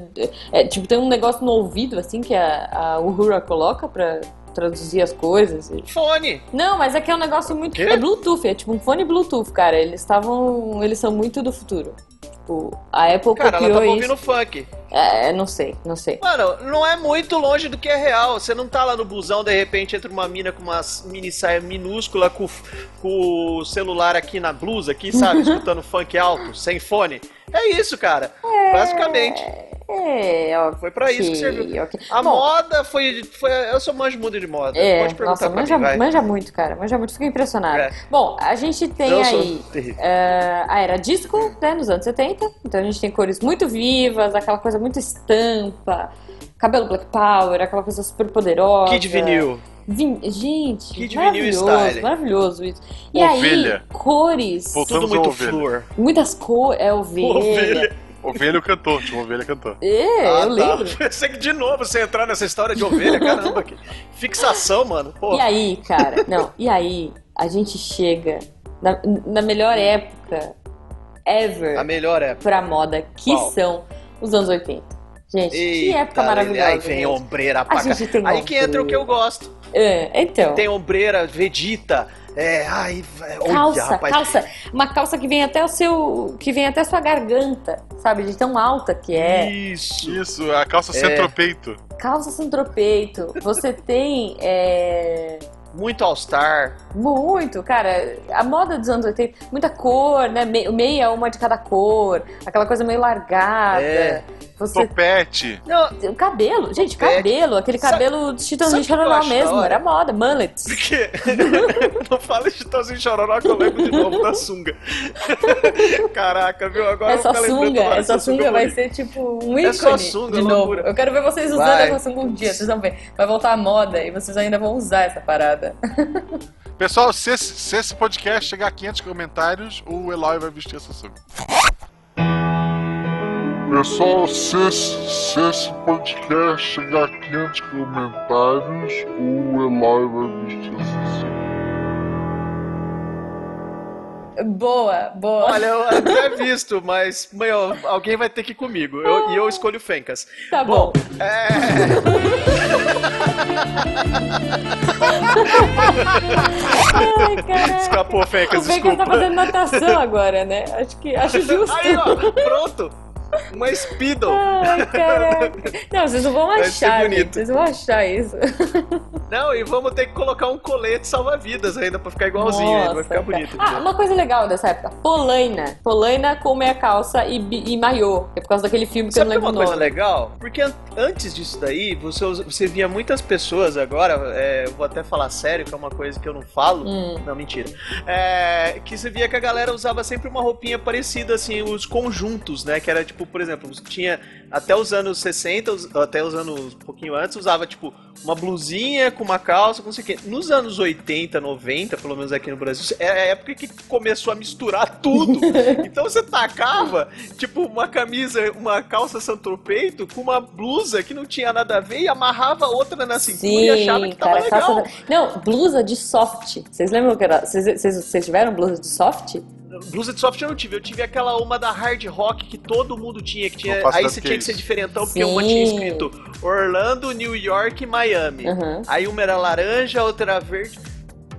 B: é, tipo, tem um negócio no ouvido, assim, que a, a Uhura coloca pra traduzir as coisas. e-
C: Fone!
B: Não, mas aqui é um negócio muito.
C: Quê?
B: É Bluetooth, é tipo um fone Bluetooth, cara. Eles estavam. Eles são muito do futuro. Tipo, a Apple
C: Cara, ela
B: copiou
C: tava
B: isso.
C: ouvindo funk.
B: É, não sei, não sei.
C: Mano, não é muito longe do que é real. Você não tá lá no busão, de repente entra uma mina com uma mini saia minúscula, com, com o celular aqui na blusa, aqui, sabe? Escutando funk alto, sem fone. É isso, cara. Basicamente.
B: É, ok.
C: Foi pra isso que serviu.
B: ok.
C: A
B: Bom,
C: moda foi, foi. Eu sou manjo mundo de moda.
B: é,
C: Pode perguntar
B: nossa,
C: pra
B: manja,
C: mim, vai.
B: manja muito, cara. Manja muito, fico impressionada.
C: É.
B: Bom, a gente tem
C: eu
B: aí.
C: sou terrível.
B: É, a era disco, né, nos anos 70. Então a gente tem cores muito vivas, aquela coisa muito estampa, cabelo black power, aquela coisa super poderosa.
C: Kid vinil.
B: Vin- gente,
C: Kid vinil
B: maravilhoso,
C: style.
B: maravilhoso isso. E
A: Ovelha.
B: aí, cores,
A: Pô,
C: Tudo
A: Voltamos ao
C: muito
A: ovelha.
C: flor.
B: muitas cores, é ovelha.
C: Ovelha.
A: Ovelha cantor, tinha uma ovelha cantor.
B: É,
C: Ah,
B: eu
C: tá.
B: lembro.
C: Pensei que de novo você ia entrar nessa história de ovelha, caramba, que fixação, mano. Pô,
B: E aí, cara, não, e aí a gente chega na, na melhor época ever
C: a melhor é.
B: pra moda, que
C: Qual?
B: são os anos 80. Gente, que época maravilhosa.
C: Aí vem
B: gente.
C: ombreira pra
B: A
C: cá.
B: gente tem
C: Aí que entra o que eu gosto.
B: É, então.
C: Tem ombreira, vedita. É, ai, vai- olha,
B: calça,
C: rapaz.
B: calça. Uma calça que vem até o seu. que vem até a sua garganta, sabe? De tão alta que é.
C: Isso.
A: Isso, a calça
C: É.
A: centropeito.
C: Hum.
B: Calça sem tropeito. Você tem. é,
C: Muito all-star.
B: Muito, cara. A moda dos anos 80, muita cor, né? Me- Meia, uma de cada cor. Aquela coisa meio largada.
C: É.
B: Você.
A: Topete.
C: Não,
B: O cabelo, gente,
C: Topete.
B: cabelo, aquele
C: Sabe-
B: cabelo do Chitãozinho
C: sabe o que eu
B: Chororó
C: acho da
B: mesmo,
C: hora?
B: era moda, mullets.
C: porque. não fala de Chitãozinho Chororó que eu lembro de novo da sunga. Caraca, viu? Agora eu
B: Essa
C: vou ficar lembrando
B: sunga,
C: agora
B: essa
C: dessa
B: sunga vai
C: bonita.
B: ser tipo um ícone
C: É só sunga,
B: de novo.
C: loucura.
B: Eu quero ver vocês usando
C: Vai.
B: essa sunga um dia, vocês vão ver. Vai voltar à moda e vocês ainda vão usar essa parada.
A: Pessoal, se esse, se esse podcast chegar a 500 comentários, o Eloy vai vestir essa sunga.
E: É só acesse, acesse o podcast, chegar aqui nos comentários, ou Eloy vai vestir
B: Boa, boa.
C: Olha, eu até visto, mas meu, alguém vai ter que ir comigo. Eu- e eu escolho o Fencas.
B: tá bom.
C: é.
B: Ai, caralho.
C: Escapou,
B: O
C: Fencas,
B: Baker tá
C: desculpa.
B: fazendo natação agora, né? Acho que acho justo.
C: Aí, ó, pronto. Uma Speedo.
B: Ai, caraca. Não, vocês não vão
C: Vai ser
B: achar,
C: bonito.
B: gente. Vocês vão achar isso.
C: Não, e vamos ter que colocar um colete salva-vidas ainda pra ficar igualzinho. ele vai
B: Nossa,
C: ficar
B: cara.
C: bonito.
B: Ah, uma coisa legal dessa época. Polaina. Polaina com meia calça e, bi- e maiô. É por causa daquele filme que eu não
C: Sabe
B: lembro
C: uma
B: o nome.
C: coisa legal? Porque an- antes disso daí, você, usa- você via muitas pessoas agora, é, eu vou até falar sério, que é uma coisa que eu não falo.
B: Hum.
C: Não, mentira. É, que você via que a galera usava sempre uma roupinha parecida, assim, os conjuntos, né? Que era tipo, por exemplo, tinha até os anos 60, os- até os anos um pouquinho antes, usava tipo uma blusinha com uma calça, com não sei o quê. Nos anos 80, 90, pelo menos aqui no Brasil, é a época que começou a misturar tudo. então você tacava, tipo, uma camisa, uma calça santropeito com uma blusa que não tinha nada a ver e amarrava outra na cintura e Assim, achava que tava
B: cara, calça
C: legal.
B: da- Não, blusa de soft. Vocês lembram que era. Vocês, vocês- vocês tiveram blusa de soft?
C: Blusa de soft eu não tive, eu tive aquela uma da hard rock que todo mundo tinha, que tinha.
A: Não faço
C: Aí
A: ideia
C: você
A: do que
C: tinha
A: é
C: que ser
A: isso.
C: diferentão, porque
B: Sim.
C: uma tinha escrito Orlando, New York e Miami.
B: Uhum.
C: Aí uma era laranja, a outra era verde.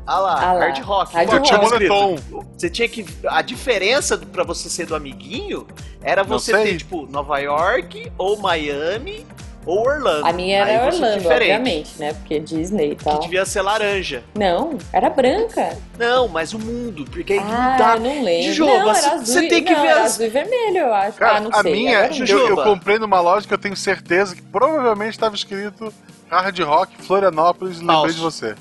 C: Ah lá,
B: Ah lá,
C: hard rock.
B: hard
C: Qual
B: rock.
C: tinha
A: Tinha moletom.
C: escrito? Você tinha que. A diferença do- pra você ser do amiguinho era
A: Não
C: você
A: sei.
C: ter, tipo, Nova York, ou Miami, ou Orlando.
B: A minha
C: Ah, Aí
B: era
C: você
B: Orlando,
C: diferente,
B: obviamente, né? Porque Disney e
C: Que
B: tal.
C: devia ser laranja.
B: Não, era branca.
C: Não, mas o mundo, porque aí
B: Ah,
C: não dá.
B: eu não lembro.
C: Jujuba,
B: não,
C: você-
B: era azul,
C: você
B: e-
C: tem que
B: não,
C: ver
B: era
C: as-
B: azul e vermelho, eu acho.
A: Cara,
B: ah, não
A: a
B: sei.
A: minha,
B: Agora
A: eu,
B: não-
C: Jujuba.
A: eu comprei numa loja que eu tenho certeza que provavelmente estava escrito Hard Rock Florianópolis, lembrei
C: Falso.
A: de você.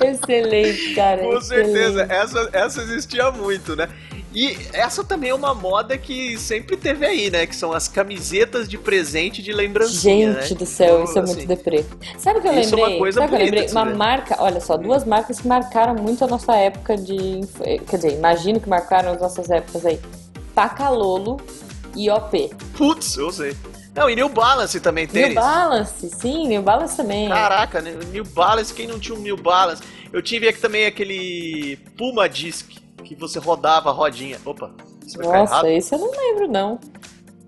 B: Excelente, cara.
C: Com certeza,
B: excelente.
C: essa, essa existia muito, né? E essa também é uma moda que sempre teve aí, né? Que são as camisetas de presente de lembrancinha,
B: Gente
C: né?
B: do céu, isso é
C: Assim,
B: muito deprê. Sabe o que eu
C: isso é
B: lembrei?
C: uma coisa
B: Sabe o que eu
C: bonita né?
B: lembrei?
C: de se
B: Uma
C: ver.
B: marca, olha só, duas marcas que marcaram muito a nossa época de. inf- eh, Quer dizer, imagino que marcaram as nossas épocas aí. Pacalolo e OP.
C: Putz, eu sei. Não, e New Balance também
B: New
C: tênis.
B: Balance, sim, New Balance também.
C: Caraca, né? New Balance, quem não tinha um New Balance? Eu tive aqui também aquele Puma Disc, que você rodava a rodinha. Opa, isso vai ficar
B: Nossa,
C: tá errado.
B: isso eu não lembro, não.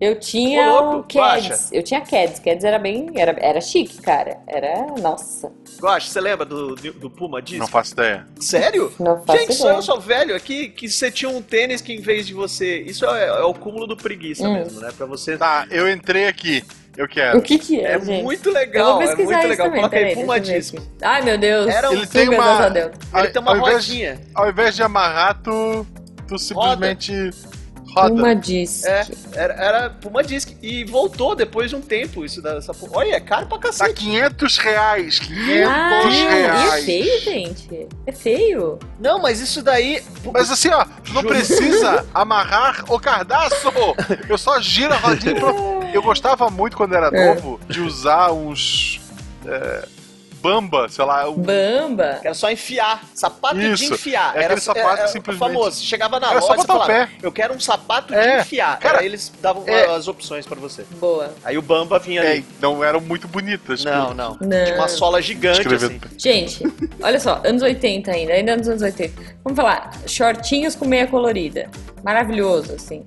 B: Eu tinha
C: Ô, louco,
B: o Keds.
C: baixa.
B: Eu tinha Keds. Keds era bem. Era, era chique, cara. Era. Nossa.
C: Gosto, você lembra do, do Puma Disc?
A: Não faço ideia.
C: Sério?
B: Não faço
C: Gente, só
B: ideia.
C: eu sou velho aqui que você tinha um tênis que em vez de você. Isso é, é o cúmulo do preguiça
B: Hum.
C: mesmo, né? Pra você.
A: Tá, eu entrei aqui. Eu
B: O
A: quero.
B: que que é,
C: É
B: gente?
C: muito
B: eu vou
C: legal, é
B: pesquisar
C: muito
B: isso
C: legal.
B: também.
C: Coloca aí
B: peraí,
C: Puma
B: deixa
C: Disc.
B: eu ver aqui. Ai, meu Deus.
C: Era um-
A: Ele tem
B: sugas
A: uma-
B: aos adeus.
C: Ele tem uma
A: Ao invés-
C: rodinha.
A: Ao invés de amarrar, tu, tu simplesmente roda.
B: Uma disc.
C: É. Era, era Puma Disc. E voltou depois de um tempo isso dessa porra. Olha, é caro pra
A: Tá
C: cacete.
A: 500 reais. 500
B: Ah, e é
A: reais.
B: feio, gente. É feio.
C: Tá. Não, mas isso daí.
A: Mas assim, ó, tu não
C: Ju-
A: precisa amarrar o cardaço. Eu só giro a rodinha. e pronto. Eu gostava muito quando era
B: É.
A: novo de usar uns é, bamba, sei lá, um,
B: Bamba.
C: Era só enfiar. Sapato
A: Isso.
C: de enfiar.
A: É
C: era
A: aquele sapato
C: era
A: simplesmente-
C: famoso. Chegava na
A: Era só
C: loja e
A: botar o
C: falava:
A: pé.
C: Eu quero um sapato
A: É.
C: de enfiar.
A: Cara,
C: Cara, eles davam
A: é.
C: as opções pra você.
B: Boa.
C: Aí o Bamba vinha
A: é,
C: ali.
A: não eram muito bonitas.
C: Não, não.
B: Não.
C: Tinha uma sola gigante
A: Escrevendo.
C: assim.
B: Gente, olha só, anos 80 ainda, ainda nos anos 80. Vamos falar, shortinhos com meia colorida. Maravilhoso, assim.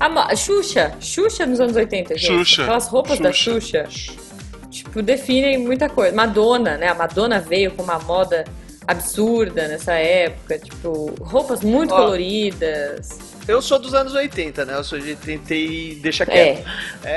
B: A mo- Xuxa, Xuxa nos anos 80, gente.
A: Xuxa.
B: Aquelas roupas da Xuxa,
A: Xuxa.
B: tipo, definem muita coisa. Madonna, né? A Madonna veio com uma moda absurda nessa época, tipo, roupas muito
C: Ó.
B: coloridas.
C: Eu sou dos anos 80, né? Eu sou de 80 e deixa quieto.
B: É,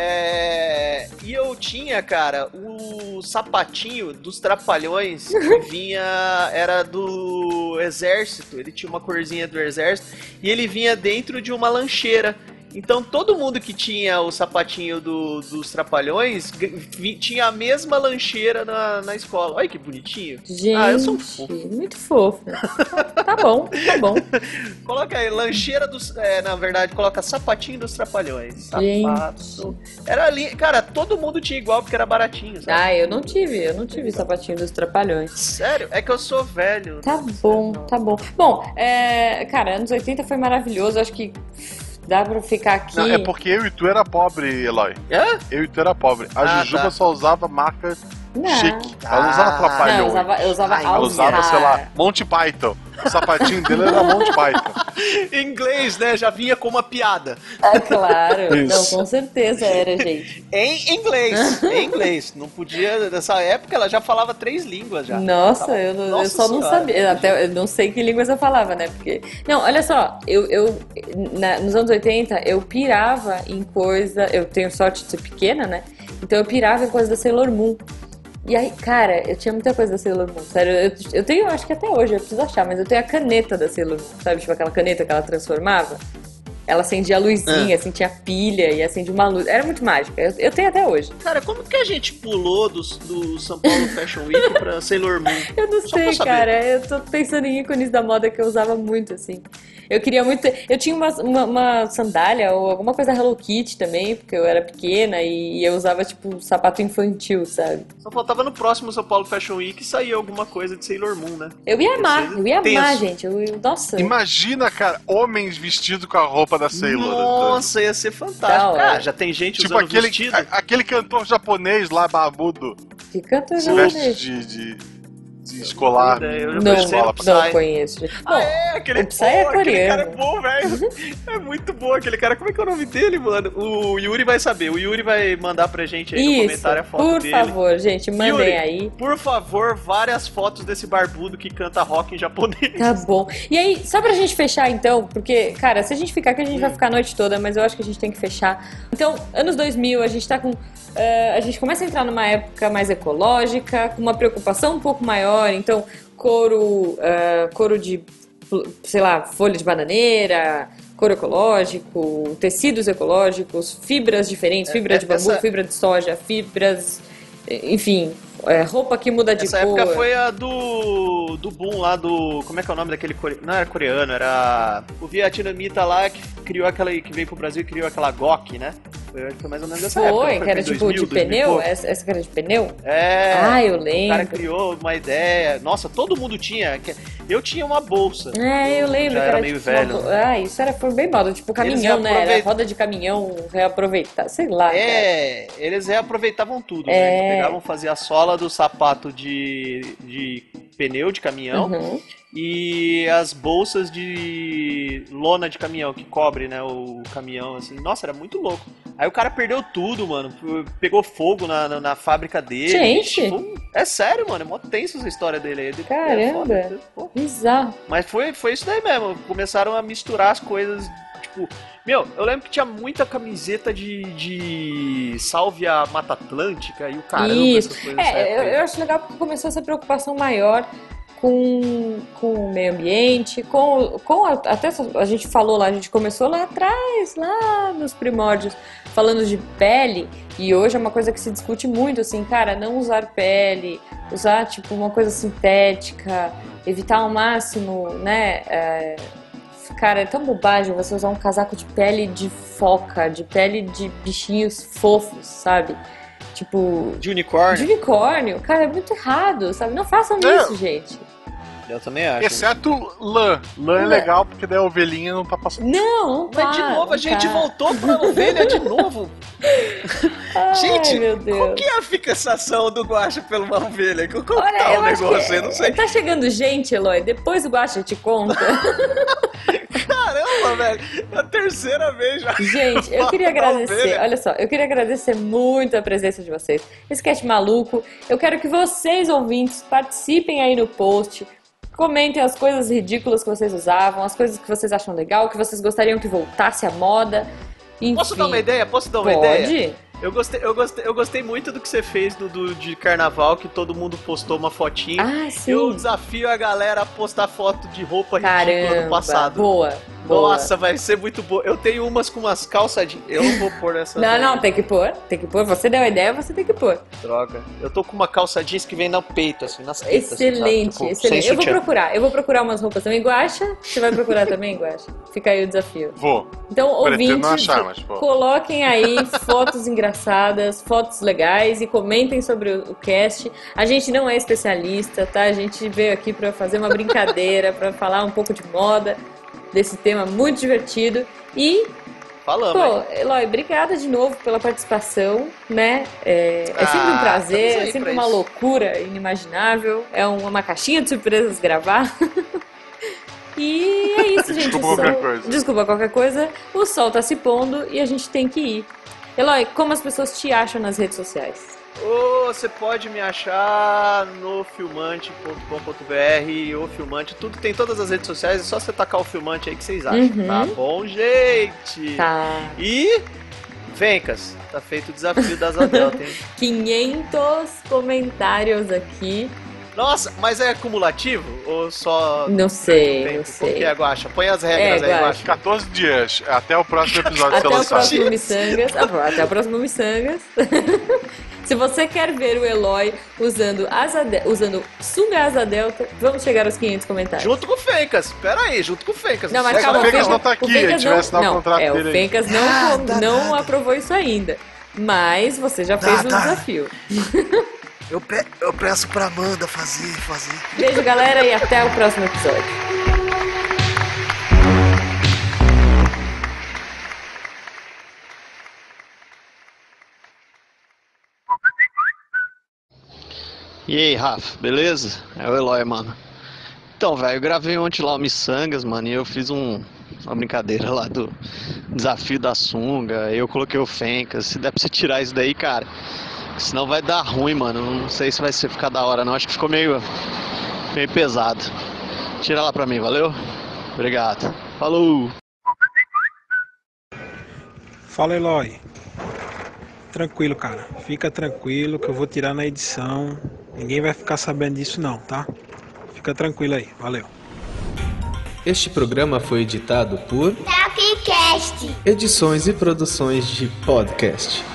C: É, E eu tinha, cara, o sapatinho dos trapalhões que vinha. Era do exército. Ele tinha uma corzinha do exército. E ele vinha dentro de uma lancheira. Então todo mundo que tinha o sapatinho do- dos trapalhões g- vi- tinha a mesma lancheira na, na escola. Olha que bonitinho.
B: gente,
C: Ah, eu sou um fofo.
B: muito fofo. tá bom, tá bom.
C: Coloca aí, lancheira dos. É, na verdade, coloca sapatinho dos trapalhões.
B: Gente.
C: Sapato. Era ali. Cara, todo mundo tinha igual porque era baratinho, sabe?
B: Ah, eu não tive, eu não tive sapatinho dos trapalhões.
C: Sério? É que eu sou velho.
B: Tá
C: Não sei,
B: bom,
C: não.
B: tá bom. Bom, é, cara, anos 80 foi maravilhoso. Acho que Dá pra ficar aqui.
A: Não, é porque eu e tu era pobre, Eloy.
C: Hã?
A: Eu e tu era pobre. A
C: Ah,
A: Jujuba
C: tá.
A: só usava marca
B: Não.
A: chique. Ela não usava
C: Ah.
B: Não, eu
A: Trapalhões.
B: usava, eu usava
C: Ai,
A: Ela usava, sei lá,
B: All-Star.
A: Monty Python. O sapatinho dele era Monty Python.
C: Em inglês, né? Já vinha com uma piada.
B: É claro.
A: Isso.
B: Não, com certeza era, gente.
C: Em inglês. em inglês. Não podia. Nessa época ela já falava três línguas já.
B: Nossa,
C: Tava-
B: eu, não- eu
C: Nossa
B: só não
C: Senhora.
B: sabia. Até, eu não sei que línguas eu falava, né? Porque. Não, olha só, eu, eu na- nos anos 80 eu pirava em coisa. Eu tenho sorte de ser pequena, né? Então eu pirava em coisa da Sailor Moon. E aí, cara, eu tinha muita coisa da Sailor Moon, sério. Eu, eu tenho, acho que até hoje, eu preciso achar, mas eu tenho a caneta da Sailor Moon, sabe? Tipo aquela caneta que ela transformava. Ela acendia a
C: Ah.
B: luzinha, assim, tinha pilha e acendia uma luz. Era muito mágica. Eu, eu tenho até hoje.
C: Cara, como que a gente pulou do, do São Paulo Fashion Week pra Sailor Moon?
B: Eu não
C: Só pra
B: sei,
C: saber.
B: cara. Eu tô pensando em ícones da moda que eu usava muito, assim. Eu queria muito. ter- Eu tinha uma, uma, uma sandália ou alguma coisa Hello Kitty também, porque eu era pequena e eu usava, tipo, sapato infantil, sabe?
C: Só faltava no próximo São Paulo Fashion Week sair alguma coisa de Sailor Moon, né?
B: Eu ia amar, eu ia amar,
C: Tenso.
B: gente. Eu, eu- nossa.
A: Imagina, cara, homens vestidos com a roupa da Sailor.
C: Nossa, ia ser
B: Da
C: fantástico.
B: hora.
C: Cara, já tem gente
A: Tipo
C: usando
A: aquele,
C: vestido.
A: a- aquele cantor japonês lá, barbudo,
B: Que cantor
A: se veste de, de, de escolar.
C: Eu já
B: Não,
C: pensei no Psy.
B: não conheço. Bom,
C: Ah, é, aquele,
B: o Psy é
C: pô, aquele
B: coreano. Uhum.
C: cara é bom, velho. É muito bom aquele cara. Como é que é o nome dele, mano? O Yuri vai saber. O Yuri vai mandar pra gente aí no
B: isso.
C: um comentário a foto
B: Por
C: dele.
B: favor, gente, mandem
C: Yuri.
B: aí.
C: Por favor, várias fotos desse barbudo que canta rock em japonês.
B: Tá bom. E aí, só pra gente fechar então, porque, cara, se a gente ficar aqui, a gente
C: Hum.
B: vai ficar a noite toda, mas eu acho que a gente tem que fechar. Então, anos 2000, a gente tá com. eh, a gente começa a entrar numa época mais ecológica, com uma preocupação um pouco maior, então, couro, eh, couro de, sei lá, folha de bananeira. Couro ecológico, tecidos ecológicos, fibras diferentes, fibra
C: é-
B: de bambu,
C: essa-
B: fibra de soja, fibras, eh, enfim, eh, roupa que muda de
C: Essa
B: cor.
C: época foi a do. do boom lá do. Como é que é o nome daquele coreano? Não era coreano, era. O vietnamita lá que criou aquela. que veio pro Brasil e criou aquela GOK, né? Foi, eu acho que foi mais ou menos essa época. não
B: Foi, que
C: foi
B: era
C: em
B: tipo
C: 2000,
B: de
C: 2000 e
B: pneu?
C: pouco?
B: Essa, essa que era de pneu?
C: É.
B: ah, eu
C: O cara
B: lembro.
C: criou uma ideia. Nossa, todo mundo tinha. Que- Eu tinha uma bolsa.
B: É, eu lembro.
C: Já
B: que
C: era
B: era
C: meio
B: tipo uma
C: velho,
B: bo- Ah, isso era foi bem moda. Tipo caminhão, né? Era
C: reaproveit-
B: roda de caminhão, reaproveitar, sei lá. cara.
C: É, eles reaproveitavam tudo,
B: É.
C: né? Eles pegavam, faziam a sola do sapato de, de pneu de caminhão
B: Uhum.
C: e as bolsas de lona de caminhão, que cobre, né, o caminhão, assim. Nossa, era muito louco. Aí o cara perdeu tudo, mano. P- Pegou fogo na, na, na fábrica dele.
B: Gente!
C: Tipo, é sério, mano. É mó tenso essa história dele aí. É
B: Caramba.
C: foda. Pô,
B: Bizarro.
C: Mas foi, foi isso daí mesmo. Começaram a misturar as coisas. Tipo, meu, eu lembro que tinha muita camiseta de, de salve a Mata Atlântica e o caramba.
B: Isso.
C: essas coisas dessa
B: É, eu,
C: época aí.
B: eu acho legal porque começou essa preocupação maior com, com o meio ambiente, com, com a- até essa- a gente falou lá, a gente começou lá atrás, lá nos primórdios, falando de pele, e hoje é uma coisa que se discute muito, assim, cara, não usar pele, usar, tipo, uma coisa sintética, evitar ao máximo, né, é, Cara, é tão bobagem você usar um casaco de pele de foca, de pele de bichinhos fofos, sabe? Tipo,
C: De unicórnio,
B: de unicórnio, cara, é muito errado, sabe? Não façam
A: É.
B: isso, gente.
C: eu também acho.
A: Exceto lã. Lã é
B: Lã.
A: legal porque daí a ovelhinha não tá passando.
B: Não,
C: Mas de
B: para,
C: novo, a
B: não
C: gente
B: para.
C: voltou pra ovelha de novo.
B: Ai,
C: Gente,
B: meu Deus.
C: Qual que é a fixação do guacha pela uma ovelha? Qual qual que
B: Olha,
C: tá
B: eu
C: o
B: acho
C: negócio?
B: que
C: Eu não sei.
B: tá chegando gente, Eloy. Depois o Guaxa te conta.
C: Caramba, velho. É a terceira vez já.
B: Gente, eu queria
C: Uma
B: agradecer.
C: ovelha.
B: Olha só, eu queria agradecer muito a presença de vocês. Esse cast é maluco. Eu quero que vocês, ouvintes, participem aí no post. Comentem as coisas ridículas que vocês usavam, as coisas que vocês acham legal, que vocês gostariam que voltasse à moda. Enfim,
C: Posso dar uma ideia? Posso dar uma ideia?
B: Pode?
C: Eu gostei, eu, gostei, eu gostei muito do que você fez do, do- de carnaval, que todo mundo postou uma fotinha.
B: Ah, sim.
C: Eu desafio a galera a postar foto de roupa ridícula
B: Caramba,
C: do passado.
B: boa, boa.
C: Nossa, vai ser muito boa. Eu tenho umas com umas calças de. Eu não vou pôr essa.
B: Não, não, tem que pôr, tem que pôr. Você deu a ideia, você tem que pôr.
C: Droga. Eu tô com uma calça jeans que vem no peito, assim, nas tetas. assim,
B: Excelente,
C: sabe? Tipo,
B: excelente.
C: sem
B: Eu vou
C: sutiã.
B: procurar, eu vou procurar umas roupas também. Guaxa, você vai procurar também, Guaxa? Fica aí o desafio.
A: Vou.
B: Então,
A: Pretendo não
B: ouvintes,
A: achar, mas vou.
B: coloquem aí fotos engraçadas, fotos legais e comentem sobre o o cast. A gente não é especialista, tá? A gente veio aqui pra fazer uma brincadeira, pra falar um pouco de moda, desse tema muito divertido. E
C: Falamos, hein?
B: Pô, Eloy, obrigada de novo pela participação, né? É, é
C: Ah,
B: sempre um prazer,
C: estamos
B: é
C: aí
B: sempre
C: pra
B: uma
C: isso.
B: loucura inimaginável, é um- uma caixinha de surpresas gravar. E é isso, gente.
A: Desculpa
B: o sol-
A: qualquer coisa.
B: Desculpa qualquer coisa. O sol tá se pondo e a gente tem que ir. Eloy, como as pessoas te acham nas redes sociais?
C: Ou você pode me achar no filmante.com.br ou filmante. Tudo tem todas as redes sociais, é só você tacar o filmante aí que vocês acham.
B: Uhum.
C: Tá bom, gente?
B: Tá.
C: E. Vencas, tá feito o desafio da Zadel, tem.
B: 500 comentários aqui.
C: Nossa, mas é acumulativo? Ou só.
B: Não sei,
C: tempo?
B: não
C: Como que
B: sei.
C: é, Guaxa? Põe as regras
B: É,
C: aí,
B: Guaxa.
C: Guaxa.
A: 14 dias. Até o próximo episódio
B: Até
A: ser
B: o
A: lançado.
B: próximo Missangas. Ah, bom, Até o próximo Missangas. Se você quer ver o Eloy usando, asa de- usando sunga asa delta, vamos chegar aos 500 comentários.
C: Junto com o Fencas, pera aí, junto com o Fencas.
B: Não, mas
A: Mas
B: calma,
A: o
B: o
A: Fencas
B: Fencas
A: não tá aqui,
B: o Fencas
A: a gente
B: não-
A: vai assinar o
B: não,
A: contrato
B: é,
A: dele
B: O
A: aí.
B: Fencas não,
C: Ah, dá,
B: não
C: dá,
B: aprovou isso ainda. Mas você já fez um
C: dá.
B: desafio.
C: Tá, Eu, eu peço pra Amanda fazer, fazer.
B: Beijo, galera, e até o próximo episódio.
F: E aí, Rafa, beleza? É o Eloy, mano. Então, velho, eu gravei ontem lá o Missangas, mano, e eu fiz um, uma brincadeira lá do desafio da sunga, eu coloquei o Fencas, se der pra você tirar isso daí, cara, senão vai dar ruim, mano, não sei se vai ser- ficar da hora não, acho que ficou meio, meio pesado. Tira lá pra mim, valeu? Obrigado. Falou!
G: Fala Eloy. Tranquilo, cara. Fica tranquilo que eu vou tirar na edição. Ninguém vai ficar sabendo disso não, tá? Fica tranquilo aí. Valeu.
H: Este programa foi editado por
I: Tapcast.
H: Edições e Produções de Podcast.